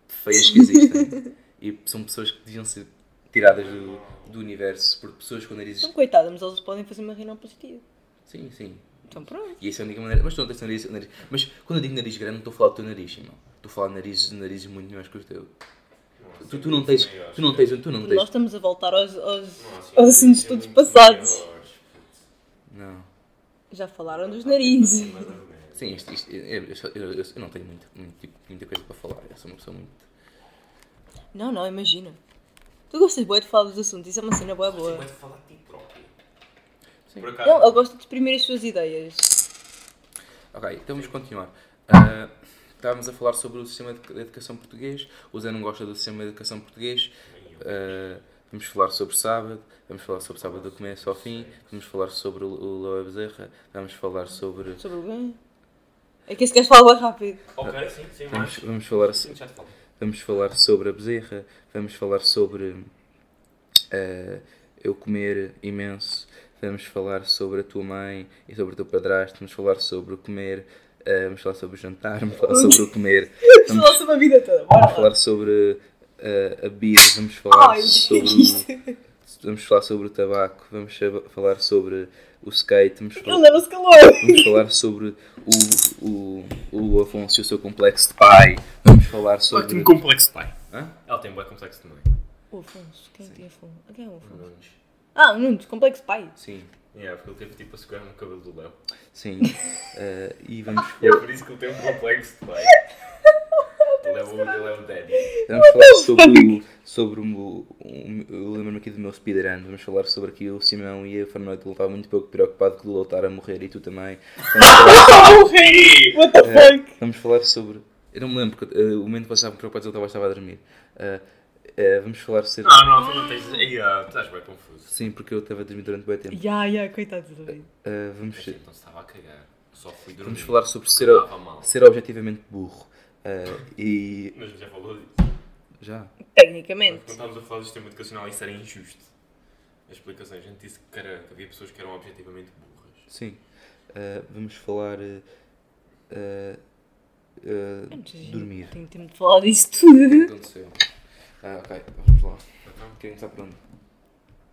Speaker 2: feias que existem. E são pessoas que deviam ser tiradas do, do universo por pessoas com narizes.
Speaker 4: Então, coitada, mas eles podem fazer uma rinoplastia.
Speaker 2: Sim, sim.
Speaker 4: Então, pronto.
Speaker 2: E essa é a única maneira. Mas tu não tens nariz, nariz. Mas quando eu digo nariz grande, não estou a falar do teu nariz, irmão. Estou a falar de narizes, de narizes muito melhores que o teu.
Speaker 1: Nossa,
Speaker 2: Tu, tu não tens. Tu não tens. Tu não
Speaker 4: Nós
Speaker 2: tens.
Speaker 4: estamos a voltar aos, aos,
Speaker 1: Nossa,
Speaker 4: aos assuntos
Speaker 1: é
Speaker 4: todos
Speaker 1: muito
Speaker 4: passados.
Speaker 1: maiores, puto.
Speaker 2: Não.
Speaker 4: Já falaram dos narizes.
Speaker 1: Acima da média.
Speaker 2: Sim, isto, isto- eu, eu só- eu- eu- eu não tenho muito, muito, tipo, muita coisa para falar. Eu sou uma pessoa muito.
Speaker 4: Não, não, imagina. Tu gostas boa de falar dos assuntos, isso é uma cena boa
Speaker 1: Você
Speaker 4: boa.
Speaker 1: pode falar de ti próprio.
Speaker 2: Sim.
Speaker 1: Por acaso.
Speaker 4: Não, eu gosto de exprimir as suas ideias.
Speaker 2: Ok, então vamos continuar. Ah, estávamos a falar sobre o sistema de educação português. O Zé não gosta do sistema de educação português.
Speaker 1: É,
Speaker 2: Ah, vamos falar sobre sábado. Vamos falar sobre sábado do começo ao fim. Vamos falar sobre o, o Loa Bezerra. Vamos falar sobre.
Speaker 4: Sobre o bem. É que esse gajo fala bem rápido.
Speaker 1: Ok, sim, sim,
Speaker 2: Vamos,
Speaker 1: mas.
Speaker 2: vamos falar. so-
Speaker 1: Sim, já te falo.
Speaker 2: Vamos falar sobre a bezerra, vamos falar sobre eh, eu comer imenso, vamos falar sobre a tua mãe e sobre o teu padrasto, vamos falar sobre o comer, eh, vamos falar sobre o jantar, vamos falar sobre o comer,
Speaker 3: Vamos falar sobre a vida toda. Bora
Speaker 2: vamos
Speaker 3: lá.
Speaker 2: falar sobre eh, a bebida, vamos falar
Speaker 3: Ai, que é
Speaker 2: sobre
Speaker 3: isto.
Speaker 2: o, vamos falar sobre o tabaco, vamos chava- falar sobre o skate, vamos falar,
Speaker 3: Ele não se calou.
Speaker 2: vamos falar sobre o, o, o Afonso e o seu complexo de pai, vamos falar sobre...
Speaker 1: complexo de pai.
Speaker 2: Hã?
Speaker 1: Ela tem um bom complexo de mãe.
Speaker 4: O Afonso, quem tem Afonso? Quem é o Afonso?
Speaker 1: Nunes.
Speaker 4: Ah, o Nunes, complexo pai.
Speaker 2: Sim.
Speaker 1: Yeah, porque ele teve tipo a segurar no cabelo do Léo.
Speaker 2: Sim. Eh, e vamos
Speaker 1: E é
Speaker 2: falar,
Speaker 1: por isso que ele tem um complexo de pai. ele, é o, ele é o daddy.
Speaker 2: vamos falar sobre, o- sobre o, meu- o- Eu lembro-me aqui do meu speedrun. Vamos falar sobre aqui o Simão e a Fernanda. Ele estava muito pouco preocupado com o Léo estar a morrer e tu também. Vamos falar-
Speaker 3: Oh, rei! What the fuck?
Speaker 2: Vamos falar sobre. Eu não me lembro, porque eh, o momento que vocês estavam preocupados, eu estava- estava a dormir. Eh, eh, vamos falar sobre.
Speaker 1: Não, não, tu não tens. Aí, ah, tu estás bem confuso.
Speaker 2: Sim, porque eu estava a dormir durante bem tempo.
Speaker 3: Ya, ya, coitado do David.
Speaker 2: Eh, vamos,
Speaker 1: Mas então se estava a cagar. Só fui dormir.
Speaker 2: vamos falar sobre ser,
Speaker 1: Estava mal.
Speaker 2: ser objetivamente burro. Eh, e.
Speaker 1: Mas já falou disso.
Speaker 2: Já.
Speaker 1: Quando
Speaker 4: Tecnicamente.
Speaker 1: estávamos a falar do sistema educacional, isso era injusto. As explicações, a gente disse que, era, que havia pessoas que eram objetivamente burras.
Speaker 2: Sim. Eh, vamos falar. eh, eh, eh, dormir.
Speaker 4: Tenho tempo de falar disso tudo.
Speaker 2: O que aconteceu? Ah, ok, vamos lá. é
Speaker 1: Então,
Speaker 2: Querem começar por onde?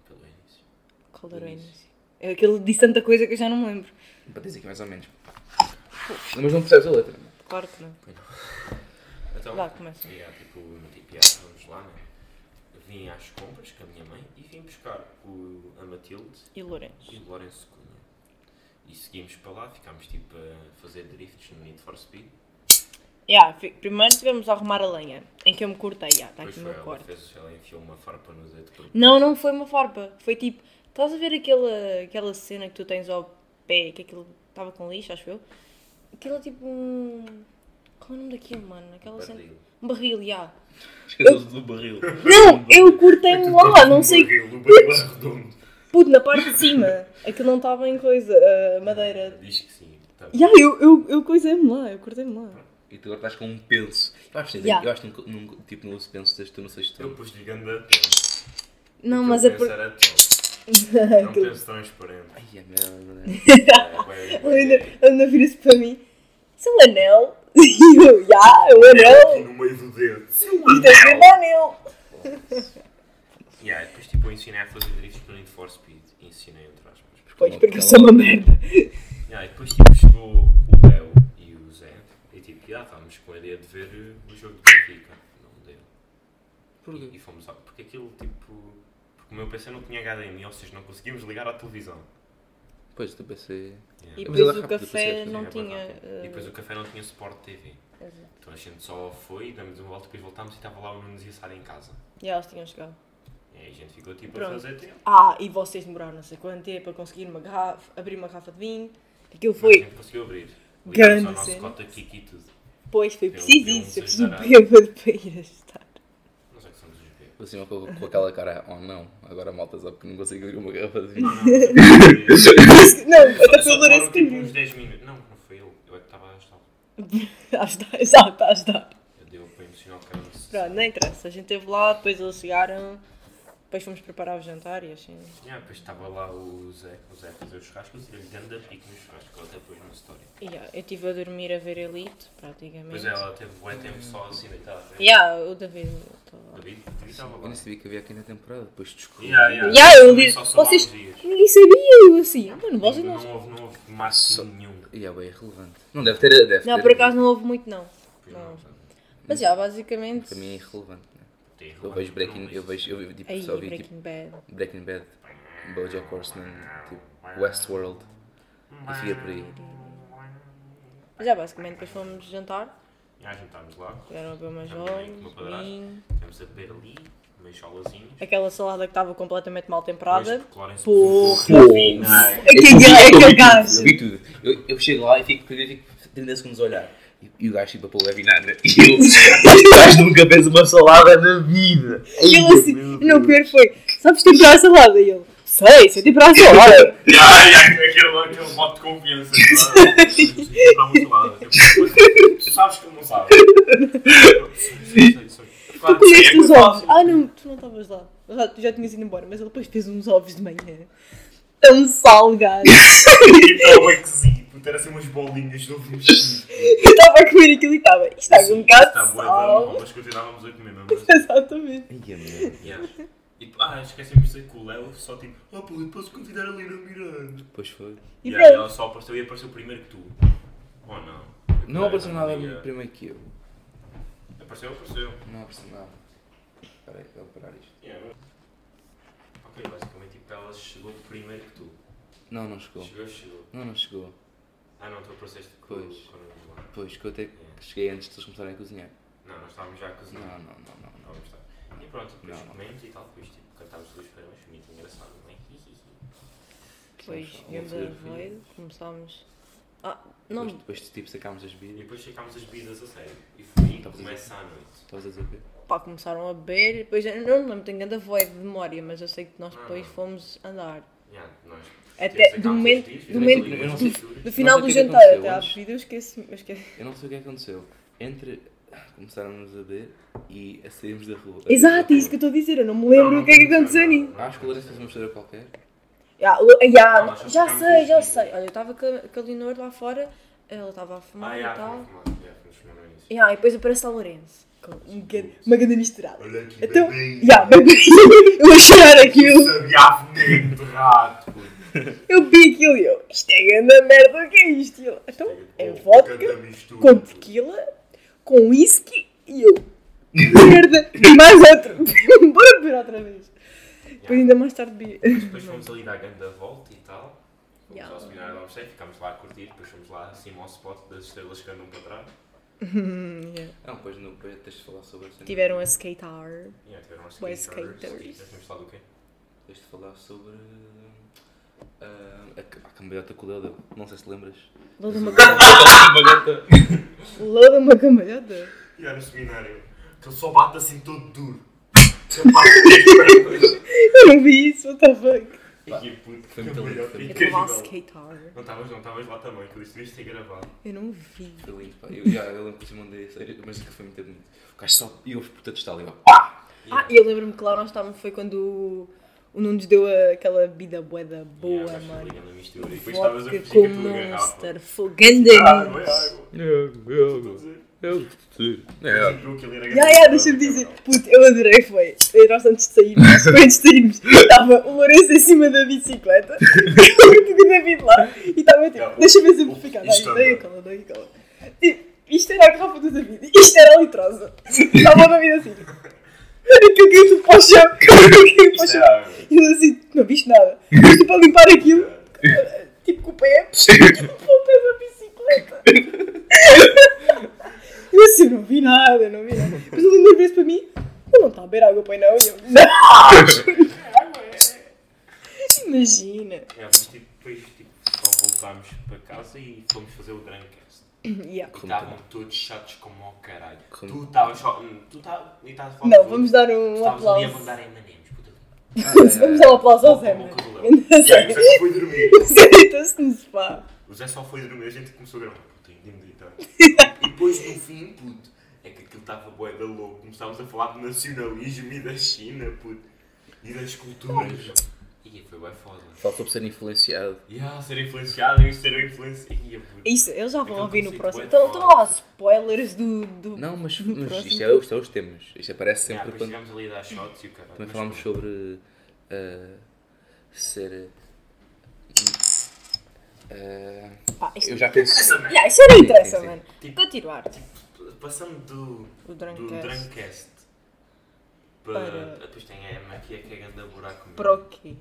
Speaker 1: pelo início.
Speaker 4: Qual era o
Speaker 2: Delícia.
Speaker 4: início? É aquele disse tanta coisa que eu já não me lembro.
Speaker 2: Para dizer aqui mais ou menos. Mas não percebes a letra.
Speaker 4: Claro que não. é?
Speaker 1: Então,
Speaker 4: Vá, começa.
Speaker 1: yeah, tipo, no tipo, yeah, vamos lá, né? Vim às compras com a minha mãe e vim buscar o, a Matilde
Speaker 4: E Lourenço?
Speaker 1: e o Lourenço Cunha. E seguimos para lá, ficámos tipo a fazer drifts no Need for Speed.
Speaker 4: Yeah, fi- primeiro estivemos a arrumar a lenha, em que eu me cortei. Yeah, está
Speaker 1: Depois
Speaker 4: Tá aqui
Speaker 1: foi
Speaker 4: o meu
Speaker 1: ela que
Speaker 4: corte.
Speaker 1: fez, ela enfiou uma farpa no dedo. porque-
Speaker 4: Não, não foi uma farpa. Foi tipo, estás a ver aquela, aquela cena que tu tens ao pé, que aquilo estava com lixo, acho eu? Aquilo é tipo um. Qual é o nome daquilo, mano? Aquela cena.
Speaker 1: Barril.
Speaker 4: Um barril, já.
Speaker 2: Esqueceu-se do barril.
Speaker 4: Não, eu cortei-me lá, não sei.
Speaker 1: Barril, o barril é redondo.
Speaker 4: Puto, na parte de cima. Aquilo não estava em coisa, a madeira.
Speaker 1: Diz que sim. Tá bom.
Speaker 4: Já, eu, eu, eu coisei-me lá, eu cortei-me lá.
Speaker 2: E tu agora estás com um penso. Eu acho que,
Speaker 4: Yeah.
Speaker 2: eu acho que nunca, nunca- tipo, não uso penso desde que tu não sejas
Speaker 1: Eu
Speaker 2: tão.
Speaker 1: pus-lhe ganda.
Speaker 4: Não, mas é por.
Speaker 1: Era top. É um Não penso transparente.
Speaker 2: Ai, é merda.
Speaker 1: É,
Speaker 4: Ela ainda,
Speaker 1: bem, bem.
Speaker 4: ela ainda vira-se para mim. Isso é um anel? E eu, já, é um
Speaker 1: Aqui
Speaker 4: anel?
Speaker 1: no meio do dedo.
Speaker 4: Isto é sempre um anel!
Speaker 1: Yeah, e depois tipo, eu ensinei a fazer drifts no Need for Speed. Ensinei, entre aspas.
Speaker 4: Pois, porque eu sou uma merda.
Speaker 1: Yeah, e depois tipo, chegou o Léo e o Zé. E tipo, yeah, estávamos com a ideia de ver eh, o jogo de Benfica. Não deu. E, e fomos ao... Porque aquilo, tipo... Porque o meu PC não tinha HDMI, ou seja, não conseguimos ligar à televisão.
Speaker 2: Pois, tu pensei.
Speaker 1: Yeah.
Speaker 4: E
Speaker 1: Yeah,
Speaker 2: Mas ela
Speaker 4: depois o
Speaker 2: rápido,
Speaker 4: café
Speaker 2: depois
Speaker 4: não
Speaker 1: é
Speaker 4: tinha.
Speaker 1: verdade.
Speaker 4: eh,
Speaker 1: E depois o café não tinha suporte TV.
Speaker 4: exato.
Speaker 1: Então a gente só foi, damos uma volta, depois voltámos e estava lá o Nunes e a Sara em casa.
Speaker 4: Já eles tinham chegado.
Speaker 1: E aí a gente ficou tipo
Speaker 4: Pronto.
Speaker 1: a fazer tempo.
Speaker 4: Ah, e vocês demoraram não sei quanto tempo para conseguir uma garrafa, abrir uma garrafa de vinho. Aquilo
Speaker 1: Mas
Speaker 4: foi.
Speaker 1: não conseguiu abrir. Ligamos
Speaker 4: Grande
Speaker 1: ao nosso
Speaker 4: cena.
Speaker 1: cota Kiki e tudo.
Speaker 4: Pois, foi
Speaker 1: Eu-
Speaker 4: preciso
Speaker 1: eu não
Speaker 4: isso. Eu
Speaker 1: sei
Speaker 4: preciso
Speaker 1: dar
Speaker 4: bêbado para ir ajudar.
Speaker 1: Nós é que somos os bebês.
Speaker 2: Assim, com, com aquela cara, oh não, agora a malta sabe que não consigo abrir uma garrafa de vinho.
Speaker 4: Não, até foi o
Speaker 1: Só
Speaker 4: Lourenço
Speaker 1: foram, tipo,
Speaker 4: que
Speaker 1: uns 10 minutos. Não, não foi eu. Eu é que estava a ajudar.
Speaker 4: Ajudar, exato, a ajudar.
Speaker 1: Eu dei para emocional que era necessário.
Speaker 4: Pronto, não interessa. A gente esteve lá, depois eles chegaram. Depois fomos preparar o jantar e assim.
Speaker 1: Yeah, depois estava lá o Zé, o Zé a fazer o churrasco, eu tirei-lhe ganda pico no churrasco, ela até pôs na história.
Speaker 4: E, ah, eu estive a dormir a ver Elite, praticamente.
Speaker 1: Mas ela teve bué tempo só assim deitada. né?
Speaker 4: Yeah, o David. tá
Speaker 1: O David o David estava
Speaker 2: Eu
Speaker 1: lá.
Speaker 2: nem sabia que havia aqui na temporada, depois descobri.
Speaker 1: Yeah, yeah.
Speaker 4: Yeah, eu
Speaker 1: Também
Speaker 4: li-
Speaker 1: só somava
Speaker 4: vocês-
Speaker 1: os dias.
Speaker 4: Ninguém sabia, eu assim. Mano, vocês não.
Speaker 1: Não houve, não houve máximo nenhum.
Speaker 2: E é bem irrelevante. Não deve ter. Deve
Speaker 4: Não,
Speaker 2: ter,
Speaker 4: por acaso não houve muito, não.
Speaker 1: Pois não,
Speaker 4: Não.
Speaker 1: sabe?
Speaker 4: Mas já, basicamente.
Speaker 2: Para mim é irrelevante. Né?
Speaker 1: Tem
Speaker 2: Eu
Speaker 1: relógio,
Speaker 2: vejo
Speaker 1: não,
Speaker 2: Breaking,
Speaker 1: mas-
Speaker 2: eu vejo, eu tipo,
Speaker 4: Aí,
Speaker 2: só vi tipo
Speaker 4: Breaking Bad.
Speaker 2: Breaking Bad, BoJack Horseman, tipo Westworld e fiquei por aí.
Speaker 4: Mas já, basicamente, depois fomos jantar.
Speaker 1: Já juntámos lá,
Speaker 4: Vieram a beber umas
Speaker 1: Também,
Speaker 4: jogos,
Speaker 1: uma padrada.
Speaker 4: vinho.
Speaker 1: temos a beber ali, meio cholazinhos.
Speaker 4: Aquela salada que estava completamente mal temperada.
Speaker 1: Porra!
Speaker 4: Aquele aquele gajo.
Speaker 2: Eu vi tudo. Eu, eu chego lá e fico, primeiro fico 30 segundos a olhar. E, e o gajo tipo a pôr vinagre. E eu, este gajo nunca fez uma salada na vida.
Speaker 4: E ele assim. Não, o pior foi. Sabes temperar a salada? E ele. Sei, sei temperar a salada.
Speaker 1: é Aquele voto de confiança. Tu sabes que ele não sabe.
Speaker 4: Tu comeste os ovos. Ah, não, tu não estavas lá. Já, tu já tinhas ido embora, mas ele depois fez uns ovos de manhã. Tão salgado.
Speaker 1: Então, é que sim, puto, era assim umas bolinhas de ovo mexido.
Speaker 4: Eu estava a comer aquilo e estava. Isto está com um bocado
Speaker 1: Está
Speaker 4: de
Speaker 1: bué da
Speaker 4: sal.
Speaker 1: mal, mas continuávamos a comer mesmo.
Speaker 4: Exatamente.
Speaker 2: Ai, é a merda.
Speaker 1: Yeah. E, tipo, ah, esquecemos de dizer que o Léo só tipo, ah, pô, posso convidar a Lina Miranda.
Speaker 2: Pois foi.
Speaker 4: E
Speaker 1: Yeah, e
Speaker 4: pronto.
Speaker 1: ela só apareceu e apareceu primeiro que tu. Ou não?
Speaker 2: Não apareceu nada
Speaker 1: Yeah.
Speaker 2: primeiro que eu.
Speaker 1: Apareceu, apareceu.
Speaker 2: Não apareceu nada. Espera aí, vou parar isto.
Speaker 1: Yeah. Ok, basicamente tipo, ela chegou primeiro que tu.
Speaker 2: Não, não chegou.
Speaker 1: Chegou, chegou.
Speaker 2: Não, não chegou.
Speaker 1: Ah, não, estou a processo com
Speaker 2: Pois.
Speaker 1: com o lá.
Speaker 2: Pois, que eu até
Speaker 1: Yeah.
Speaker 2: cheguei antes de eles começarem a cozinhar.
Speaker 1: Não, nós estávamos já a
Speaker 2: Não,
Speaker 1: cozinhar.
Speaker 2: não, não, não. não.
Speaker 1: Não, vamos estar. E pronto, depois
Speaker 2: Não, não.
Speaker 1: comemos e tal, depois tipo, cantámos dois parabéns, foi muito engraçado, não é? Hi, hi, hi.
Speaker 4: Depois
Speaker 2: Sim, sim.
Speaker 4: viemos a
Speaker 2: Outra filha.
Speaker 4: void, começámos. Ah, não.
Speaker 2: Depois, depois tipo, sacámos as
Speaker 1: E
Speaker 2: bebidas.
Speaker 1: depois checámos as bebidas a sério. E foi,
Speaker 2: Tá bom.
Speaker 1: começa à noite.
Speaker 2: Estavas a dizer o quê?
Speaker 4: Pá, começaram a beber e depois. Eu não me lembro, tenho grande void de memória, mas eu sei que nós
Speaker 1: Ah.
Speaker 4: depois fomos andar.
Speaker 1: Yeah, nós,
Speaker 4: Até
Speaker 1: sacámos
Speaker 4: do
Speaker 1: os
Speaker 4: momento-
Speaker 1: vídeos,
Speaker 4: do
Speaker 1: nós
Speaker 4: momento-
Speaker 1: ali,
Speaker 2: eu não
Speaker 1: as
Speaker 2: sei-
Speaker 1: leituras.
Speaker 4: Do final
Speaker 2: o
Speaker 4: do
Speaker 2: que é que
Speaker 4: jantar
Speaker 2: aconteceu
Speaker 4: até à
Speaker 2: antes?
Speaker 4: bebida, eu esqueci. Eu esqueci.
Speaker 2: Eu não sei o que é que aconteceu. Entre. Começaram-nos a beber e a sairmos da rua.
Speaker 3: Exato, é isso que eu estou a dizer. Eu não me lembro
Speaker 1: Não, não
Speaker 3: o que é que
Speaker 1: aconteceu
Speaker 3: aconteceu
Speaker 1: nada.
Speaker 3: nisso.
Speaker 2: Acho que o Lourenço fez uma mistura qualquer.
Speaker 3: Ya, lo- ya,
Speaker 1: Nós só
Speaker 4: Já
Speaker 1: ficámos
Speaker 4: sei, já
Speaker 1: dois dias.
Speaker 4: sei. Olha, eu estava com a- com a Leonor lá fora, ela estava a fumar
Speaker 1: Ah,
Speaker 4: e
Speaker 1: yeah,
Speaker 4: tal.
Speaker 1: fomos fumar, yeah, fomos fumar é no início.
Speaker 4: Yeah, e depois aparece a Lourenço. Com um bocado-
Speaker 3: uma grande misturada.
Speaker 1: Olha aqui,
Speaker 3: Então,
Speaker 1: bebê.
Speaker 3: ya, bebê, eu a chorar aquilo.
Speaker 1: Sabe a veneno de rato.
Speaker 3: Eu vi aquilo e eu, isto é grande merda, o que é isto? E ele, então, é vodka com tequila, com whisky e eu, merda, e mais outro. Bora beber outra vez. Depois ainda mais tarde bebi.
Speaker 1: Depois fomos ali dar a grande volta e tal. Fomos
Speaker 4: Yeah.
Speaker 1: ao seminário da Almecei, ficámos lá a curtir, depois fomos lá acima ao spot das estrelas que andam para trás.
Speaker 4: Hum, yeah.
Speaker 2: Não, depois não, depois tens de falar sobre essa.
Speaker 4: Tiveram a skater.
Speaker 1: E yeah, tiveram umas
Speaker 4: Bué
Speaker 1: skaters,
Speaker 4: skaters.
Speaker 1: skaters, Temos falado do quê?
Speaker 2: Tens de falar sobre. ah, a, ca- a cambadota com o Léo deu. Não sei se te lembras.
Speaker 4: Loda
Speaker 2: Mas
Speaker 4: uma
Speaker 2: o-
Speaker 4: cama-
Speaker 2: a cambalhota-
Speaker 4: loda uma camalhada.
Speaker 1: E yeah, no seminário, que ele só bate assim todo duro. Ele bate
Speaker 3: Eu não vi isso, what the fuck.
Speaker 1: E que puto,
Speaker 2: Foi
Speaker 1: que
Speaker 2: muito
Speaker 1: melhor,
Speaker 2: lindo, foi
Speaker 4: Eu
Speaker 2: muito
Speaker 4: estava a
Speaker 1: incrível.
Speaker 4: skater.
Speaker 1: Não estavas, não estavas lá também, que isso devias ter gravado.
Speaker 4: Eu não vi.
Speaker 2: Foi lindo, pá. Eu, já, eu lembro que te mandei essa, mas que foi muito bonito. O gajo só. E houve puta de estar ali, ó.
Speaker 4: Ah, e eu lembro-me que lá nós estávamos, foi quando o, o Nunes deu a- aquela bebida boeda boa,
Speaker 1: Yeah, mas foi
Speaker 4: mano.
Speaker 1: ligando a mistura. E depois estavas a
Speaker 4: Vodka
Speaker 1: fingir
Speaker 4: com
Speaker 1: que tu agarrava.
Speaker 4: Monster, fogando
Speaker 1: Ah,
Speaker 4: a
Speaker 1: não
Speaker 4: mim.
Speaker 1: é água.
Speaker 2: Eu,
Speaker 1: Estou a dizer.
Speaker 2: eu,
Speaker 1: Mas ele viu que ele era
Speaker 3: Ya,
Speaker 1: grande.
Speaker 3: ya, deixa-me dizer. Puto, eu adorei, foi. Nós antes de sairmos, foi antes de sairmos, estava o Lourenço em cima da bicicleta, com o David lá, e estava
Speaker 1: Ya, o-
Speaker 3: tipo, deixa-me exemplificar, dá
Speaker 1: isto
Speaker 3: isto, dá
Speaker 1: anda.
Speaker 3: cola, dá cola. Tipo, isto era a garrafa do David, isto era a litrosa. Estava o David assim. Aquilo caiu tudo para o chão, aquilo caiu para o
Speaker 1: Isto
Speaker 3: chão.
Speaker 1: é água.
Speaker 3: E eu assim, não viste nada. Mas tipo, a limpar aquilo, tipo com o pé, tipo com o pé da bicicleta. Eu assim, eu não vi nada, eu não vi nada. Mas ele me disse para mim, ele não está a beber água, pois não? E eu, não, imagina.
Speaker 1: É, mas tipo, depois tipo, só voltámos para casa e fomos fazer o Drunkcast.
Speaker 3: Yeah.
Speaker 1: E
Speaker 2: Como
Speaker 1: estavam todos chatos como ao caralho.
Speaker 2: Como?
Speaker 1: Tu estavas só. hum, Tu tá, e estavas a falar
Speaker 3: Não,
Speaker 1: com-
Speaker 3: vamos dar
Speaker 1: tu
Speaker 3: um
Speaker 1: estavas ali a
Speaker 3: aplauso.
Speaker 1: mandar M&M's, puta.
Speaker 3: Vamos dar um aplauso ao Zé,
Speaker 1: Com
Speaker 3: mano.
Speaker 1: o cabelão. E aí, o Zé só foi dormir.
Speaker 3: Sentou-se no sofá.
Speaker 1: O Zé só foi dormir, a gente começou a gravar. Puta, ainda me deitar. E depois no fim, puto, é que aquilo estava bué da louco. Começámos a falar de nacionalismo e da China, puto. E das culturas. E foi bué foda.
Speaker 2: Fala sobre ser influenciado.
Speaker 1: E ah, ser influenciado e ser influenciado. Ia, puto.
Speaker 3: É
Speaker 4: Isso, eles já vão
Speaker 1: Aquele
Speaker 4: ouvir no
Speaker 1: conceito
Speaker 4: próximo.
Speaker 1: bué
Speaker 4: Então,
Speaker 1: foda.
Speaker 4: então lá, spoilers do. do...
Speaker 2: Não, mas,
Speaker 4: No
Speaker 2: mas isto, é,
Speaker 4: próximo.
Speaker 2: isto é os temas. Isto aparece
Speaker 1: Yeah,
Speaker 2: sempre
Speaker 1: depois
Speaker 2: quando.
Speaker 1: chegámos ali a dar shots e o caralho.
Speaker 2: Também
Speaker 1: mas
Speaker 2: falámos
Speaker 1: pronto.
Speaker 2: sobre ah, ser. ah,
Speaker 4: Pá, isto,
Speaker 2: eu já penso.
Speaker 3: Yeah, isso não interessa,
Speaker 2: Sim, sim.
Speaker 3: mano.
Speaker 1: Tipo,
Speaker 4: Continuar.
Speaker 1: passando do,
Speaker 4: O
Speaker 1: do
Speaker 4: Drunkcast.
Speaker 1: Drunkcast para. ah,
Speaker 4: Para-
Speaker 1: Depois tem a Emma aqui, é que é grande buraco. mesmo.
Speaker 4: Para o quê?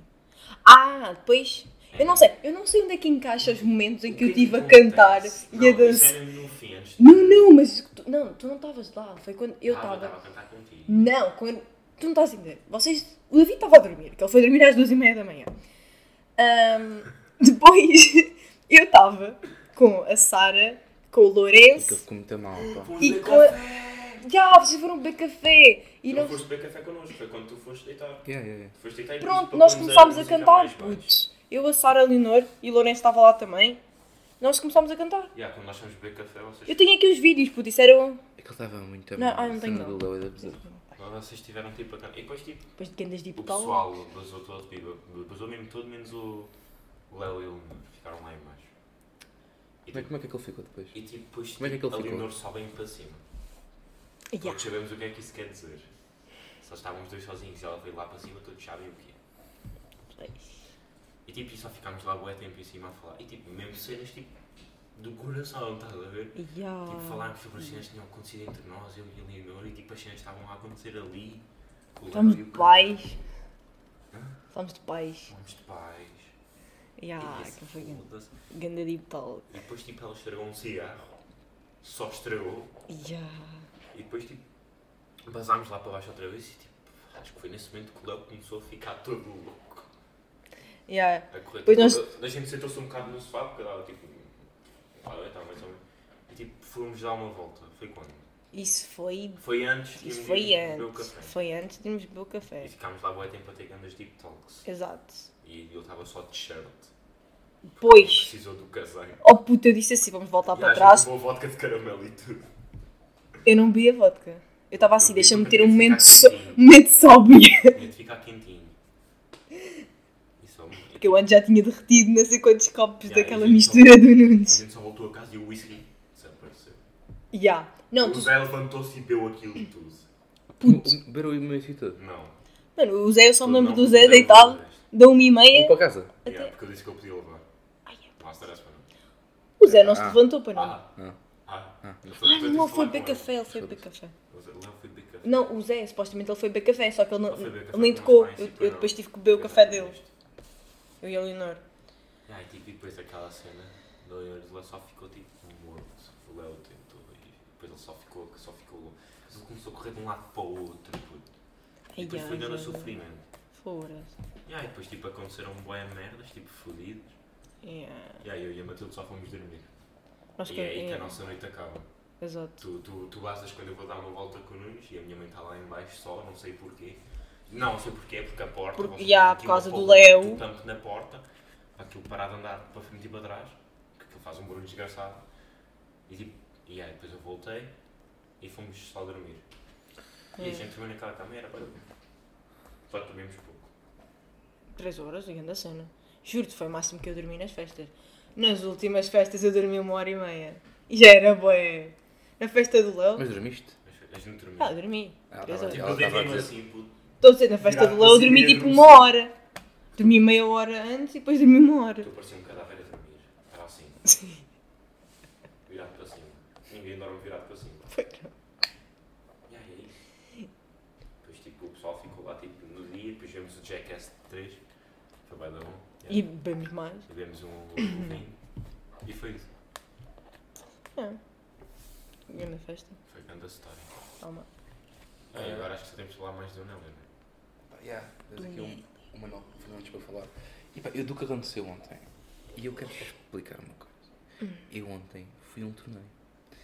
Speaker 4: Ah, depois. Eu não sei, eu não sei onde é que encaixa os momentos em
Speaker 1: O
Speaker 4: que eu
Speaker 1: é
Speaker 4: estive a
Speaker 1: acontece?
Speaker 4: cantar e
Speaker 1: Não,
Speaker 4: a
Speaker 1: isso é
Speaker 4: dançar.
Speaker 1: era no fim, antes de-
Speaker 4: Não, não, mas tu, não, tu não estavas lá, foi quando eu
Speaker 1: Ah,
Speaker 4: estava.
Speaker 1: estava a cantar contigo.
Speaker 4: Não, quando. Tu não estás a entender. Vocês. O David estava a dormir, que ele foi dormir às duas e meia da manhã. Ahm, depois eu estava com a Sara, com o
Speaker 2: Aquilo
Speaker 4: Lourenço.
Speaker 2: ficou muito mal, pá.
Speaker 1: Fomos
Speaker 4: E
Speaker 1: beber
Speaker 4: com
Speaker 1: café.
Speaker 4: Já, vocês foram beber café! E
Speaker 1: Tu não
Speaker 4: nós.
Speaker 1: foste beber café connosco, foi quando tu foste deitar.
Speaker 2: Yeah, yeah, yeah.
Speaker 1: Tu foste deitar e
Speaker 4: Pronto,
Speaker 1: depois
Speaker 4: nós
Speaker 1: tocámos
Speaker 4: começámos a
Speaker 1: música
Speaker 4: cantar,
Speaker 1: mais baixo.
Speaker 4: putz. Eu, a Sara, a Leonor e o Lourenço estava lá também. Nós começámos a cantar.
Speaker 1: Yeah, quando nós fomos beber café, vocês,
Speaker 4: Eu tenho aqui os vídeos, putz, isso era. um-
Speaker 2: Aquilo estava muito
Speaker 4: Não,
Speaker 2: mal.
Speaker 4: ah, não
Speaker 2: a
Speaker 4: tenho
Speaker 2: cena
Speaker 4: não.
Speaker 2: do Léo é da pesada.
Speaker 1: vocês tiveram tipo a cantar. E depois tipo.
Speaker 4: Depois de Gandas de
Speaker 1: O
Speaker 4: Portugal.
Speaker 1: pessoal basou todo, tipo, basou mesmo todo, menos o Léo e o Leonor. Ficaram lá em baixo. E
Speaker 2: Como é,
Speaker 1: tipo,
Speaker 2: como é que aquilo ficou depois?
Speaker 1: e, tipo, depois
Speaker 2: como é que
Speaker 1: tipo,
Speaker 2: aquilo
Speaker 1: a
Speaker 2: ficou?
Speaker 1: Leonor só bem para cima.
Speaker 4: Yeah.
Speaker 1: Porque sabemos o que é que isso quer dizer. Só estavam os dois sozinhos e ela veio lá para cima, todos sabem o que é. E tipo, e só ficámos lá bué tempo em cima a falar. E tipo, mesmo cenas tipo, do coração, estás a ver?
Speaker 4: Yeah.
Speaker 1: Tipo, falámos sobre as cenas que tinham acontecido entre nós, eu e a Leonor, e tipo, as cenas que estavam a acontecer ali. O Léo
Speaker 4: Estamos
Speaker 1: e
Speaker 4: de
Speaker 1: o-
Speaker 4: paz.
Speaker 1: Hã?
Speaker 4: Estamos de paz.
Speaker 1: Estamos de paz.
Speaker 4: Ya,
Speaker 1: Esse
Speaker 4: Ah, que foi grande.
Speaker 1: foda-se.
Speaker 4: Ganda deep talk.
Speaker 1: E depois, tipo, ela estragou um cigarro. Só estragou.
Speaker 4: Ya.
Speaker 1: E depois, tipo, vazámos lá para baixo outra vez e, tipo, acho que foi nesse momento que o Léo começou a ficar todo louco.
Speaker 4: Ya.
Speaker 1: A correr.
Speaker 4: Pois nós-
Speaker 1: tipo, A gente sentou-se um bocado no sofá porque dava, tipo, ah, eu estava mais ou menos. E, tipo, fomos dar uma volta. Foi quando?
Speaker 4: Isso foi.
Speaker 1: Foi antes de
Speaker 4: Isso
Speaker 1: irmos
Speaker 4: foi
Speaker 1: beber o
Speaker 4: antes.
Speaker 1: café.
Speaker 4: Foi antes de irmos beber o
Speaker 1: E
Speaker 4: café.
Speaker 1: ficámos lá boa tempo a ter grandes deep talks.
Speaker 4: Exato.
Speaker 1: E ele estava só de shirt.
Speaker 4: Pois.
Speaker 1: Precisou do casaco.
Speaker 4: Oh puta, eu disse assim, vamos voltar
Speaker 1: E
Speaker 4: para
Speaker 1: acho que
Speaker 4: trás.
Speaker 1: levou vodka de caramelo e tudo.
Speaker 4: Eu não bebi a vodka. Eu estava assim,
Speaker 1: Eu assim.
Speaker 4: deixa-me
Speaker 1: bebi
Speaker 4: ter um
Speaker 1: para ficar
Speaker 4: momento, só,
Speaker 1: quentinho.
Speaker 4: um momento sóbrio.
Speaker 1: Tinha de ficar quentinho. E só um.
Speaker 4: Porque eu antes já tinha derretido não sei quantos copos
Speaker 1: Ya,
Speaker 4: daquela
Speaker 1: eu vi
Speaker 4: mistura do
Speaker 1: A
Speaker 4: Nunes.
Speaker 1: gente só voltou a casa e o whisky desapareceu.
Speaker 4: Ya. Não,
Speaker 1: o
Speaker 4: tu...
Speaker 1: Zé levantou-se e bebeu aquilo tudo.
Speaker 2: Um,
Speaker 4: Puto.
Speaker 2: Beberam o meu todo.
Speaker 1: Não.
Speaker 4: Mano, o Zé, eu só me
Speaker 1: Não,
Speaker 4: Então lembro do
Speaker 1: não
Speaker 4: Zé
Speaker 1: levou
Speaker 4: deitado,
Speaker 1: o resto.
Speaker 4: da uma e meia.
Speaker 2: Vou para casa.
Speaker 1: Yeah, porque eu disse que eu podia levar.
Speaker 4: é
Speaker 1: Lá estará para não.
Speaker 4: O Zé não se
Speaker 2: Ah.
Speaker 4: levantou para não.
Speaker 1: Ah,
Speaker 2: Não.
Speaker 1: ah.
Speaker 2: Ah.
Speaker 4: Ai, não, ele foi beber
Speaker 1: beber
Speaker 4: café, ele foi beber café.
Speaker 1: O Zé Léo foi beber café.
Speaker 4: Não, o Zé, supostamente ele foi beber café, só que ele, não,
Speaker 1: Ele foi beber
Speaker 4: ele
Speaker 1: café
Speaker 4: nem
Speaker 1: com tipo,
Speaker 4: tocou.
Speaker 1: os pais e
Speaker 4: Eu,
Speaker 1: depois
Speaker 4: eu depois
Speaker 1: não.
Speaker 4: tive que beber o café dele. Eu e a Leonor.
Speaker 1: Ah, e tipo, e depois aquela cena do Léo só ficou tipo morto. O Léo tentou e depois ele só ficou, só ficou louco. Mas ele começou a correr de um lado para o outro. puto. E
Speaker 4: Ai,
Speaker 1: depois
Speaker 4: ai,
Speaker 1: foi dando a
Speaker 4: ai,
Speaker 1: sofrimento.
Speaker 4: Fora.
Speaker 1: E aí depois tipo aconteceram bué merdas, tipo fodidos.
Speaker 4: Yeah.
Speaker 1: E aí eu e a Matilde só fomos dormir.
Speaker 4: Nós
Speaker 1: E é aí que a
Speaker 4: yeah.
Speaker 1: nossa noite acaba.
Speaker 4: Exato.
Speaker 1: Tu, tu, tu bastas quando eu vou dar uma volta com o Nunes e a minha mãe está lá em baixo só, não sei porquê. Não sei porquê, porque a porta.
Speaker 4: Porque,
Speaker 1: vocês
Speaker 4: já,
Speaker 1: têm
Speaker 4: por
Speaker 1: aqui
Speaker 4: causa
Speaker 1: uma
Speaker 4: do
Speaker 1: porra,
Speaker 4: Léo.
Speaker 1: Um tampo na porta, para aquilo parar de andar para frente e para trás, que aquilo faz um barulho desgraçado. E tipo, e aí depois eu voltei e fomos só dormir. E
Speaker 4: É.
Speaker 1: a gente dormiu naquela cama e era para dormir. Só que dormimos pouco.
Speaker 4: Três horas, grande cena. Juro-te, foi o máximo que eu dormi nas festas. Nas últimas festas eu dormi uma hora e meia. E já era bué. Na festa do Léo.
Speaker 2: Mas dormiste?
Speaker 1: Mas a gente dormiu.
Speaker 4: Ah, dormi.
Speaker 2: Ah,
Speaker 4: Três
Speaker 2: tá
Speaker 4: horas.
Speaker 2: bem.
Speaker 1: eu
Speaker 2: ela
Speaker 1: deitei
Speaker 2: estava a
Speaker 1: mesmo
Speaker 2: dizer-
Speaker 1: assim, puto.
Speaker 4: Estou a dizer, na festa
Speaker 1: Virado
Speaker 4: do Léo eu
Speaker 1: para
Speaker 4: dormi
Speaker 1: cima e
Speaker 4: tipo
Speaker 1: adormeci.
Speaker 4: uma hora. Dormi meia hora antes e depois dormi uma hora.
Speaker 1: Tu parecia um cadáver a dormir. Era assim.
Speaker 4: Sim.
Speaker 1: Virado para cima. Ninguém dorme virado para cima. E aí é isso. Depois tipo, o pessoal ficou lá tipo, no dia, depois vemos o Jackass 3. Foi bem da bom.
Speaker 4: E bebemos mais.
Speaker 1: Tivemos um um
Speaker 2: Uhum.
Speaker 1: vinho. E foi isso.
Speaker 4: É. Grande festa.
Speaker 1: Foi grande a história.
Speaker 4: Toma.
Speaker 1: Ah, e agora acho que só temos de falar mais de um não, né?
Speaker 2: Ah, Yeah, tens aqui um, uma nova antes para falar. E pá, eu do que aconteceu ontem. E eu quero explicar uma
Speaker 4: Hum.
Speaker 2: coisa. Eu ontem fui a um torneio.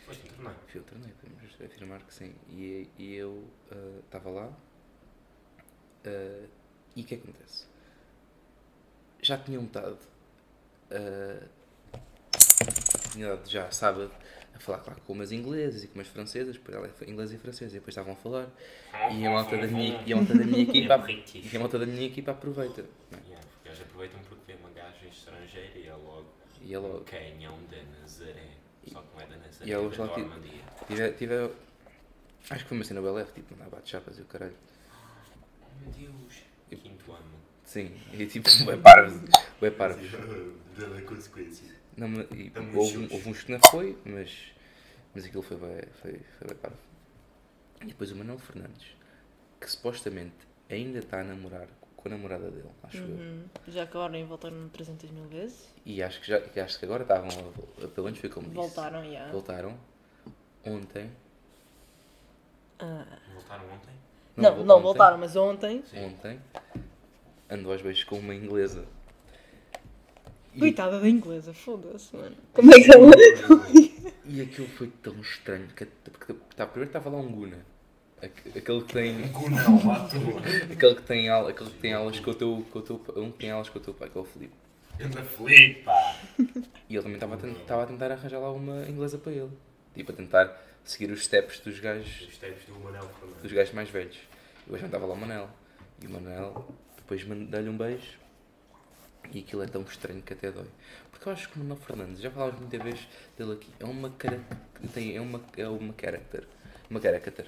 Speaker 1: Mas não tornei.
Speaker 2: Fui a um torneio, podemos afirmar que sim. E, e eu ah, estava lá. Ah, e o que é que acontece? Já tinha metade. ah, tinha dado já sábado a falar claro, com umas inglesas e com umas francesas, porque ela é inglesa e francesa, e depois estavam a falar. E a malta da minha, e a malta da minha equipa E a malta da minha equipa aproveita. né?
Speaker 1: Yeah, porque eles aproveitam porque vem uma gaja estrangeira e é logo
Speaker 2: E é logo.
Speaker 1: canhão da Nazaré. Só que não é da Nazaré,
Speaker 2: E
Speaker 1: é
Speaker 2: eles
Speaker 1: da
Speaker 2: lá, tipo-
Speaker 1: Normandia.
Speaker 2: Tive, tive- acho que foi uma cena BLF, tipo, mandar bate chapas e o caralho.
Speaker 1: Oh meu Deus. Quinto ano.
Speaker 2: Sim, e tipo, é parvos. É parvos.
Speaker 1: Dela consequência.
Speaker 2: Não, mas- e
Speaker 1: É muito
Speaker 2: houve, um-
Speaker 1: justo.
Speaker 2: houve uns que não foi, mas, mas aquilo foi bem, foi, foi bem parvo. E depois o Manuel Fernandes, que supostamente ainda está a namorar com a namorada dele, acho eu.
Speaker 4: Uhum. Já acabaram e voltaram 300 mil vezes.
Speaker 2: E acho que, já, que acho que agora estavam, a vol- pelo menos foi como disse.
Speaker 4: Voltaram, já.
Speaker 2: Voltaram. Ontem.
Speaker 4: Ah.
Speaker 1: Voltaram ontem?
Speaker 4: Não,
Speaker 2: vol-
Speaker 4: não,
Speaker 2: ontem.
Speaker 4: voltaram, mas ontem.
Speaker 2: ontem andou aos beijos com uma inglesa. E-
Speaker 4: Coitada da inglesa, foda-se, mano. Como é que ela.
Speaker 2: E aquilo foi tão estranho. Que, porque, tá, primeiro estava lá um Guna. Aque- Aquele que
Speaker 1: É
Speaker 2: tem.
Speaker 1: Não, à toa.
Speaker 2: Aquele que tem, al- aquele que tem aulas com o teu, com o teu pa- Um que tem aulas com o teu pai, que é o Filipe.
Speaker 1: Anda flipa.
Speaker 2: E ele também estava a, ten- estava a tentar arranjar lá uma inglesa para ele. Tipo, a tentar seguir os steps dos gajos,
Speaker 1: Os tapes do Manel
Speaker 2: dos
Speaker 1: Fernandes.
Speaker 2: gajos mais velhos. E hoje estava lá o Manel. E o Manel depois man- dá-lhe um beijo. E aquilo é tão estranho que até dói. Porque eu acho que o Manuel Fernandes, já falámos muitas vezes dele aqui, é uma cara, tem, é uma, é uma character. Uma character.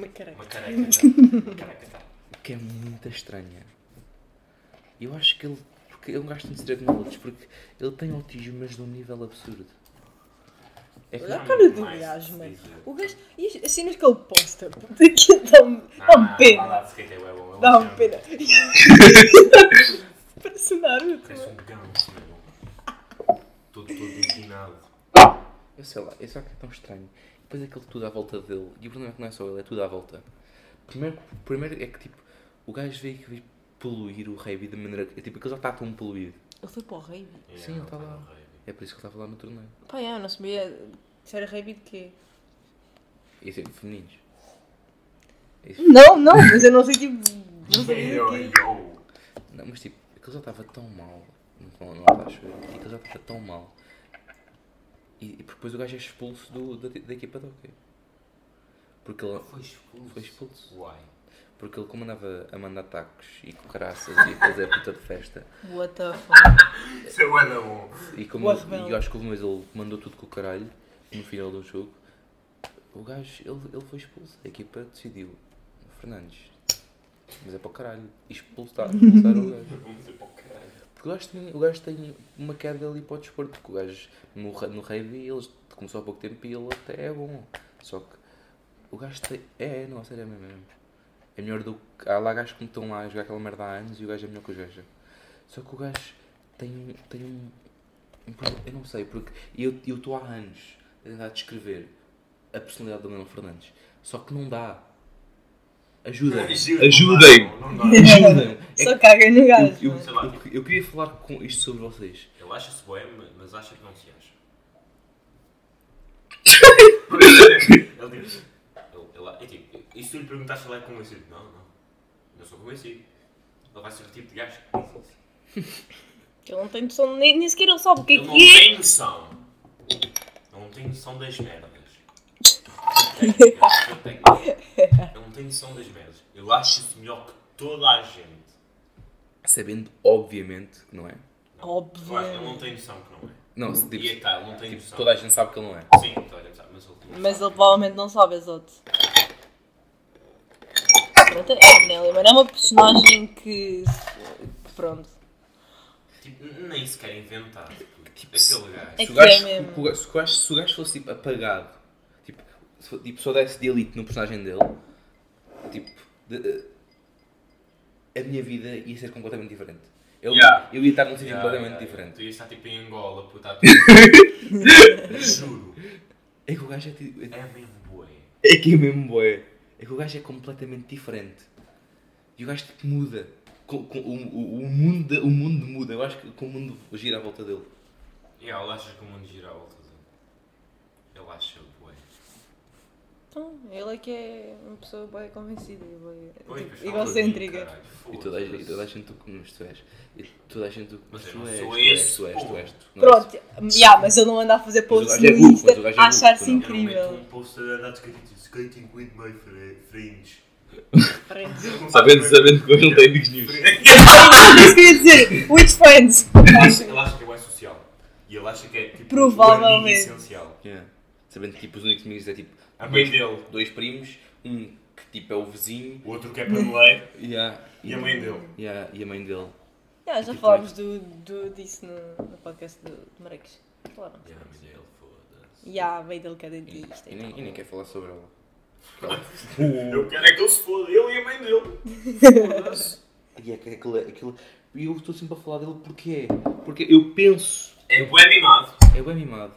Speaker 4: Mas caraca.
Speaker 1: Uma careca. tá? Uma careca. tá?
Speaker 2: que é muito estranha. Eu acho que ele. Porque é um gajo de diagnósticos, porque ele tem autismo, mas de um nível absurdo. É que
Speaker 4: Olha a
Speaker 1: Não,
Speaker 4: cara do
Speaker 1: mais
Speaker 4: gajo,
Speaker 1: se
Speaker 4: mano.
Speaker 1: dizer.
Speaker 4: O gajo. E as- as cenas que ele posta, puta, que dá-me dá-me
Speaker 1: Ah, lá
Speaker 4: pena.
Speaker 1: de skate é bué bom.
Speaker 4: Dá-me
Speaker 1: Ele
Speaker 4: pena. Parece um Naruto,
Speaker 1: Parece
Speaker 4: mano.
Speaker 1: um ganso, meu. alucinado.
Speaker 2: Eu sei lá, eu só que é tão estranho. Depois aquilo tudo à volta dele. E o problema é que não é só ele, é tudo à volta. Primeiro, primeiro é que tipo, o gajo veio que veio poluir o rave da maneira que. é, Tipo, aquilo já está tão poluído.
Speaker 4: Ele foi para o rave.
Speaker 1: Yeah,
Speaker 2: Sim, ele
Speaker 1: não
Speaker 2: tá
Speaker 1: tem
Speaker 2: lá.
Speaker 1: um rave.
Speaker 2: É por isso que ele estava lá no torneio.
Speaker 4: Pá, é, eu não sabia se era rave de quê.
Speaker 2: E assim, femininos. Isso.
Speaker 3: Não, não, mas eu não sei tipo. Não sei
Speaker 1: Yo,
Speaker 3: de quê.
Speaker 1: yo.
Speaker 2: Não, mas tipo, aquilo já estava tão mal. Não, não está a chover. Aquilo já estava tão mal. E, e depois o gajo é expulso do, da, da equipa do hockey. Porque ele,
Speaker 1: Foi expulso.
Speaker 2: Foi expulso.
Speaker 1: Why?
Speaker 2: porque ele como andava a mandar tacos e com caraças e a fazer a puta de festa.
Speaker 4: What the fuck?
Speaker 1: Isso é bué da bom.
Speaker 2: E como
Speaker 4: Boa
Speaker 2: ele,
Speaker 4: rebelde.
Speaker 2: e eu acho que houve uma vez ele mandou tudo com o caralho no final do jogo. O gajo, ele, ele foi expulso. A equipa decidiu. Fernandes. Mas é para o caralho. E expulsar, expulsar o gajo.
Speaker 1: Vamos dizer para o caralho.
Speaker 2: Porque o gajo tem, o gajo tem uma queda ali para o desporto, porque o gajo no, ra- no rave ele começou há pouco tempo e ele até é bom. Só que o gajo tem. É, é, não, a sério, é mesmo. é mesmo. É melhor do que. Há lá gajos que estão lá a jogar aquela merda há anos e o gajo é melhor que os gajos. Só que o gajo tem um. Tem um, um pro- eu não sei, porque eu eu estou há anos a tentar descrever a personalidade do Manuel Fernandes. Só que não dá. Ajudem!
Speaker 1: Juro, não é dá,
Speaker 2: Ajudem!
Speaker 1: não, não dá.
Speaker 2: Ajudem! É
Speaker 3: Só caguem no gajo.
Speaker 2: eu,
Speaker 3: mano.
Speaker 1: Sei lá,
Speaker 2: eu- eu queria falar com isto sobre vocês.
Speaker 1: Ele acha-se boêmio, mas acha que não se acha. ele diz. Ele, ele, é tipo, e se tu lhe perguntaste se ele é convencido? Não, não. Não sou convencido. Ele vai ser o tipo de gajo que diz isso.
Speaker 4: Ele não tem noção, nem, nem sequer ele sabe o que é
Speaker 1: Ele não
Speaker 4: que é.
Speaker 1: tem noção. Ele não tem noção das merdas. Eu tenho, eu tenho. Ele não tem noção das merdas. Ele acha-se melhor que toda a gente.
Speaker 2: Sabendo, obviamente, que não é.
Speaker 1: Eu acho que Ele não
Speaker 4: Óbvio.
Speaker 1: tem noção que não é.
Speaker 2: Não,
Speaker 1: E
Speaker 2: se,
Speaker 1: aí
Speaker 2: tipo,
Speaker 1: que tá, ele não tem
Speaker 2: tipo,
Speaker 1: noção.
Speaker 2: toda a gente sabe que ele não é.
Speaker 1: Sim, toda a gente sabe, mas ele não
Speaker 4: Mas ele
Speaker 1: sabe.
Speaker 4: provavelmente não sabe as outras. Pronto, é a Nelly, mas é uma personagem que. Pronto.
Speaker 1: Tipo, nem sequer inventado. puto.
Speaker 2: Tipo,
Speaker 1: Aquele gajo.
Speaker 4: É
Speaker 2: Se o
Speaker 4: que é
Speaker 2: gajo,
Speaker 4: mesmo.
Speaker 2: o gajo- se o gajo- se o gajo fosse tipo, apagado, tipo, se fo- tipo, só desse de elite no personagem dele, tipo, de- eh, a minha vida ia ser completamente diferente. Eu,
Speaker 1: Yeah.
Speaker 2: eu ia estar num sítio
Speaker 1: Yeah,
Speaker 2: completamente
Speaker 1: yeah, yeah.
Speaker 2: diferente.
Speaker 1: Tu ias estar tipo em Angola, puta. a- Juro.
Speaker 2: É que o gajo é, tipo- é,
Speaker 1: É mesmo boi.
Speaker 2: é que é mesmo boé. É que o gajo é completamente diferente. E o gajo tipo, muda. Com, com- o, o- o mundo, o mundo muda. Eu acho que que o mundo gira à volta dele.
Speaker 1: E ele acha que o mundo gira à volta dele. Ele acha boi.
Speaker 4: Então, ele é que é uma pessoa bem convencida e bem-
Speaker 1: Boi,
Speaker 4: tipo, egocêntrica.
Speaker 2: E toda a, e toda a gente o que mas tu és. E toda a gente o que
Speaker 1: Mas eu
Speaker 2: tu
Speaker 1: não
Speaker 2: és,
Speaker 1: sou
Speaker 2: tu
Speaker 1: esse,
Speaker 2: és, tu és, tu
Speaker 1: pô.
Speaker 2: és. tu não és.
Speaker 3: Pronto, yeah, mas ele não anda a fazer
Speaker 2: Mas o
Speaker 3: posts
Speaker 2: gajo é
Speaker 3: no
Speaker 2: burro,
Speaker 3: Insta
Speaker 2: mas o gajo é
Speaker 3: a
Speaker 2: burro,
Speaker 3: achar-se
Speaker 2: não.
Speaker 1: Eu não meto
Speaker 3: incrível.
Speaker 1: um post a andar de skate, skating with my fri- friends.
Speaker 2: é
Speaker 4: Frente.
Speaker 2: Sabendo, sabendo que hoje não tem amigos news.
Speaker 3: Isso que eu ia dizer, with friends.
Speaker 1: Ele acha- ele acha que é bué social. E ele acha que é tipo o amigo
Speaker 3: Provavelmente.
Speaker 1: essencial.
Speaker 2: Yeah. Sabendo que tipo, os únicos amigos é tipo
Speaker 1: A mãe dele,
Speaker 2: dois primos, um que tipo é o vizinho
Speaker 1: o outro que é
Speaker 3: Hum.
Speaker 1: paneleiro
Speaker 2: yeah,
Speaker 1: e a mãe dele.
Speaker 2: Yeah, e a mãe dele.
Speaker 4: Ah, já
Speaker 2: Tipo,
Speaker 4: falámos do, do, disso no, no podcast do, do Marques. Claro.
Speaker 1: E a mãe dele, foda-se.
Speaker 4: E há bem delicadente
Speaker 2: E, é
Speaker 4: isto.
Speaker 2: e nem, e nem quer falar sobre ela.
Speaker 1: Eu quero é que ele se foda, ele e a mãe dele. Foda-se.
Speaker 2: E é que aquilo, aquilo. E eu estou sempre a falar dele porque é. Porque eu penso.
Speaker 1: É bué mimado.
Speaker 2: É bem mimado.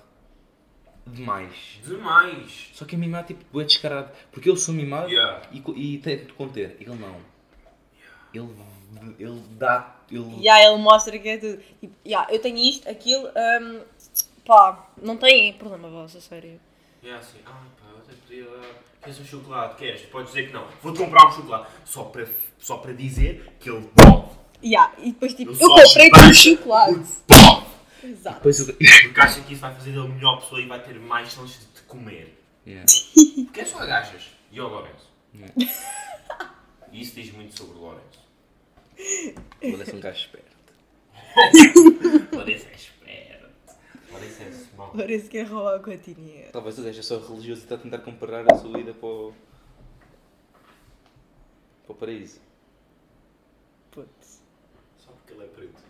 Speaker 2: Demais.
Speaker 1: Demais.
Speaker 2: Só que é mimado tipo é descarado. Porque eu sou mimado
Speaker 1: Yeah.
Speaker 2: e, co- e tento conter. Ele não. Ele, ele dá. Ele,
Speaker 4: E aí ele mostra que é tudo. Tipo, yeah, eu tenho isto, aquilo. hum, pá, não tem problema vosso, a sério.
Speaker 1: E é assim, ah pá, eu até podia dar. Queres um chocolate? Queres? Podes dizer que não. Vou-te comprar um chocolate. Só para, só para dizer que ele pode.
Speaker 4: Yeah, e depois tipo,
Speaker 1: Eu
Speaker 4: eu,
Speaker 1: só
Speaker 4: comprei
Speaker 1: baixo
Speaker 4: um chocolate.
Speaker 1: Porque pode.
Speaker 4: Exato.
Speaker 2: Depois eu...
Speaker 1: Porque acha que isso vai fazer dele melhor pessoa e vai ter mais chances de comer.
Speaker 2: yeah.
Speaker 1: Porque é só agachas. E ao Lourenço. E isso diz muito sobre o Lourenço.
Speaker 2: Parece um gajo esperto.
Speaker 1: Lourenço é esperto. Lourenço é small.
Speaker 4: Parece que é roubar a continha.
Speaker 2: Talvez o gajo é só religioso e está a tentar comparar a sua ida para o. para o paraíso.
Speaker 4: Putz.
Speaker 1: Só porque ele é preto.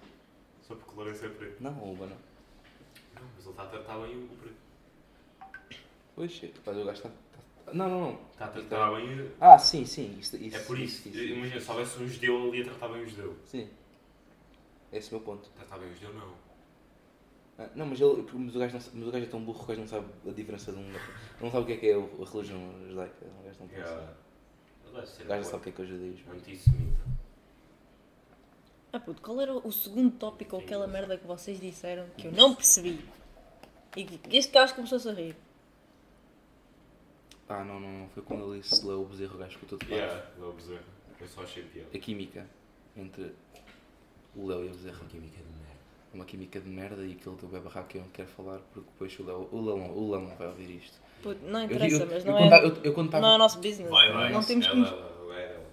Speaker 1: Só porque o Lourenço é preto.
Speaker 2: Não, rouba não.
Speaker 1: Não, mas ele está a tratar bem o preto.
Speaker 2: Poxa, mas é, o gajo está. está- Não, não, não.
Speaker 1: Está a tratar bem o...
Speaker 2: Ah, sim, sim. Isso, isso,
Speaker 1: É por Então, isso.
Speaker 2: isso.
Speaker 1: Imagina, se houvesse um judeu ali a tratar bem o judeu.
Speaker 2: Sim. Esse é o meu ponto.
Speaker 1: Tratar bem o judeu não.
Speaker 2: Ah, Não, mas, ele, mas, o gajo não, sa- mas o gajo é tão burro que o gajo não sabe a diferença de um. Não sabe o que é que é o- a religião judaica. O gajo não tem essa-
Speaker 1: Yeah. Ele deve ser então.
Speaker 2: O gajo não sabe o
Speaker 1: bué
Speaker 2: que é que é o judaísmo.
Speaker 1: antissemita.
Speaker 4: Ah, puto, qual era o segundo tópico ou aquela merda que vocês disseram que eu não percebi? E que este gajo começou-se a rir.
Speaker 2: Ah, não, não, não. Foi quando ele disse leu o bezerro, o gajo ficou todo parvo.
Speaker 1: Yeah, ele é o bezerro. Eu só achei piada.
Speaker 2: A química entre o Léo e o bezerro.
Speaker 1: química de merda.
Speaker 2: É uma química de merda e aquilo do bebê barraco que eu não quero falar porque depois o Léo. O Léo, não- o Léo não vai ouvir isto.
Speaker 4: Puto, não
Speaker 2: Eu-
Speaker 4: interessa,
Speaker 2: eu-
Speaker 4: mas
Speaker 2: eu
Speaker 4: não
Speaker 2: quando
Speaker 4: é.
Speaker 2: tava- eu- eu quando tava-
Speaker 4: Não é o nosso business.
Speaker 1: Vai, vai.
Speaker 4: não temos que.
Speaker 1: ela,
Speaker 4: nos-
Speaker 1: ela, ela, ela.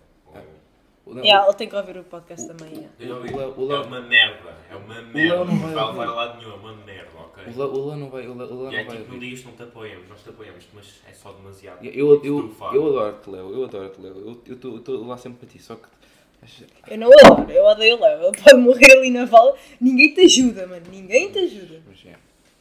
Speaker 2: O Léo-
Speaker 4: Yeah, ele tem que ouvir o podcast
Speaker 2: O-
Speaker 4: também. yeah.
Speaker 1: Eu já ouvi.
Speaker 2: Ah. O Léo- o Léo-
Speaker 1: É uma merda. É uma merda.
Speaker 2: Léo não
Speaker 1: Não
Speaker 2: vai
Speaker 1: vai
Speaker 2: ouvir.
Speaker 1: levar a lado nenhum. É uma merda, ok?
Speaker 2: o Léo- o Léo não vai. O Léo, o Léo
Speaker 1: E é
Speaker 2: não vai
Speaker 1: tipo, não
Speaker 2: ouvir.
Speaker 1: digas que não te apoiamos. Nós te apoiamos, mas é só demasiado.
Speaker 2: Eu, eu, eu,
Speaker 1: estufado.
Speaker 2: eu adoro-te, Léo. Eu adoro-te, Léo. Eu- Eu estou- eu estou lá sempre para ti, só que. é,
Speaker 4: Eu não adoro, eu odeio o Léo. Ele pode morrer ali na vala. Ninguém te ajuda, mano. Ninguém te ajuda.
Speaker 2: Mas é.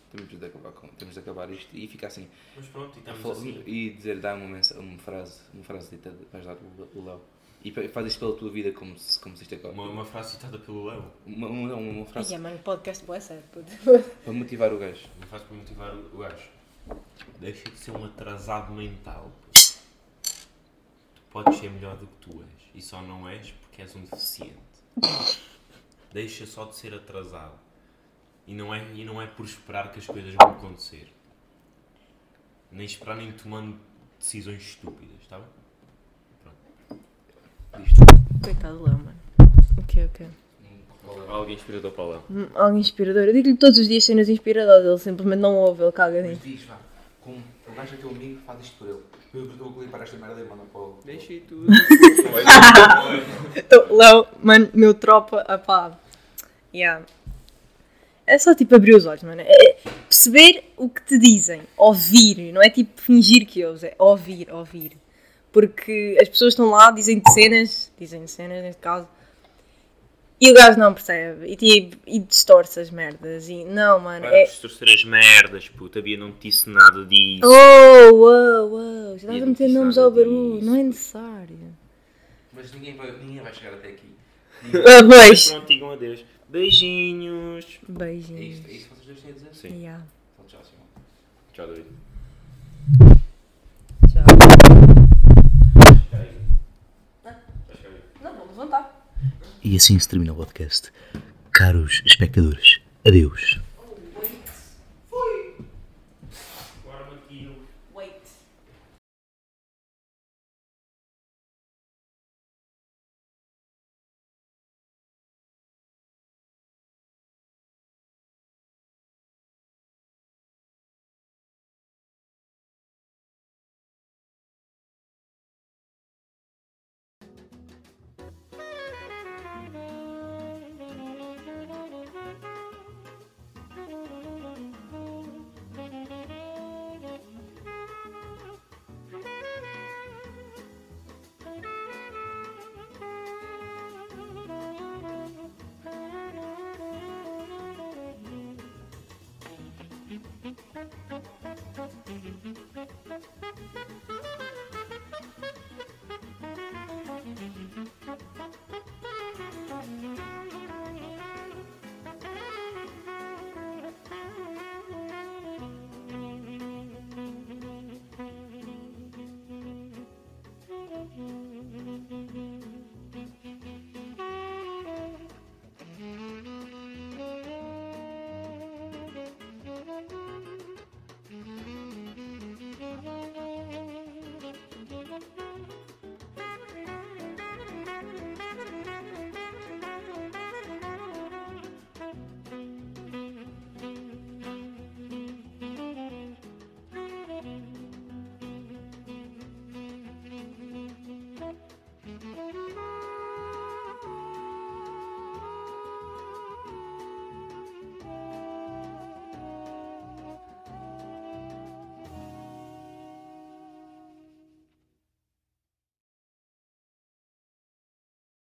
Speaker 2: Temos de acabar, com, temos de acabar isto e ficar assim.
Speaker 1: Mas pronto, e estamos
Speaker 2: Fal-
Speaker 1: assim.
Speaker 2: E dizer, dá uma, mensa- uma frase, uma frase dita, vais dar o o Léo. E pa- faz isto pela tua vida como se, como se isto agora.
Speaker 1: Uma, uma frase citada pelo Léo.
Speaker 2: Uma, uma, não, uma frase
Speaker 4: Ai, mano, o podcast boa é sério, puto.
Speaker 2: para motivar o gajo.
Speaker 1: Uma frase para motivar o o gajo. Deixa de ser um atrasado mental. pô. Tu podes ser melhor do que tu és. E só não és porque és um deficiente. Deixa só de ser atrasado. E não é, e não é por esperar que as coisas vão acontecer. Nem esperar nem tomando decisões estúpidas, tá está bem?
Speaker 2: Isto.
Speaker 4: Coitado do Léo, mano. O que o quê?
Speaker 1: é? Alguém inspirador para o Léo.
Speaker 4: Algo Hum, inspirador. Eu digo-lhe todos os dias cenas inspiradoras, ele simplesmente não ouve, ele caga
Speaker 2: Mas diz, vá, como o gajo é teu amigo, faz isto por ele. Eu eu vou clipar esta merda e manda para o.
Speaker 1: Deixei tudo.
Speaker 4: Então, Léo, mano, meu tropa, apá. Yeah. É só tipo abrir os olhos, mano. É- é perceber o que te dizem, ouvir, não é tipo fingir que ouves, é ouvir, ouvir. Porque as pessoas estão lá, dizem-te cenas, dizem cenas neste caso, e o gajo não percebe, e, tipo, e distorce as merdas, e não, mano,
Speaker 1: Para
Speaker 4: é...
Speaker 1: de distorcer as merdas, puta. Bia não te disse nada disso.
Speaker 4: Oh, uou, uou, já
Speaker 1: E
Speaker 4: estás a
Speaker 1: não
Speaker 4: meter
Speaker 1: diz
Speaker 4: nomes
Speaker 1: nada
Speaker 4: ao barulho,
Speaker 1: disso.
Speaker 4: não é necessário.
Speaker 2: Mas ninguém vai, ninguém vai chegar até aqui.
Speaker 4: Ah, pois.
Speaker 1: Pronto, digam adeus. Beijinhos.
Speaker 2: É
Speaker 4: Beijinhos.
Speaker 2: isto, é isto que vocês dois têm a dizer?
Speaker 1: Sim.
Speaker 4: Yeah.
Speaker 2: Então, tchau, Simão.
Speaker 1: Tchau, David.
Speaker 4: Tchau. Não, vou levantar.
Speaker 5: E assim se termina o podcast. Caros espectadores, adeus.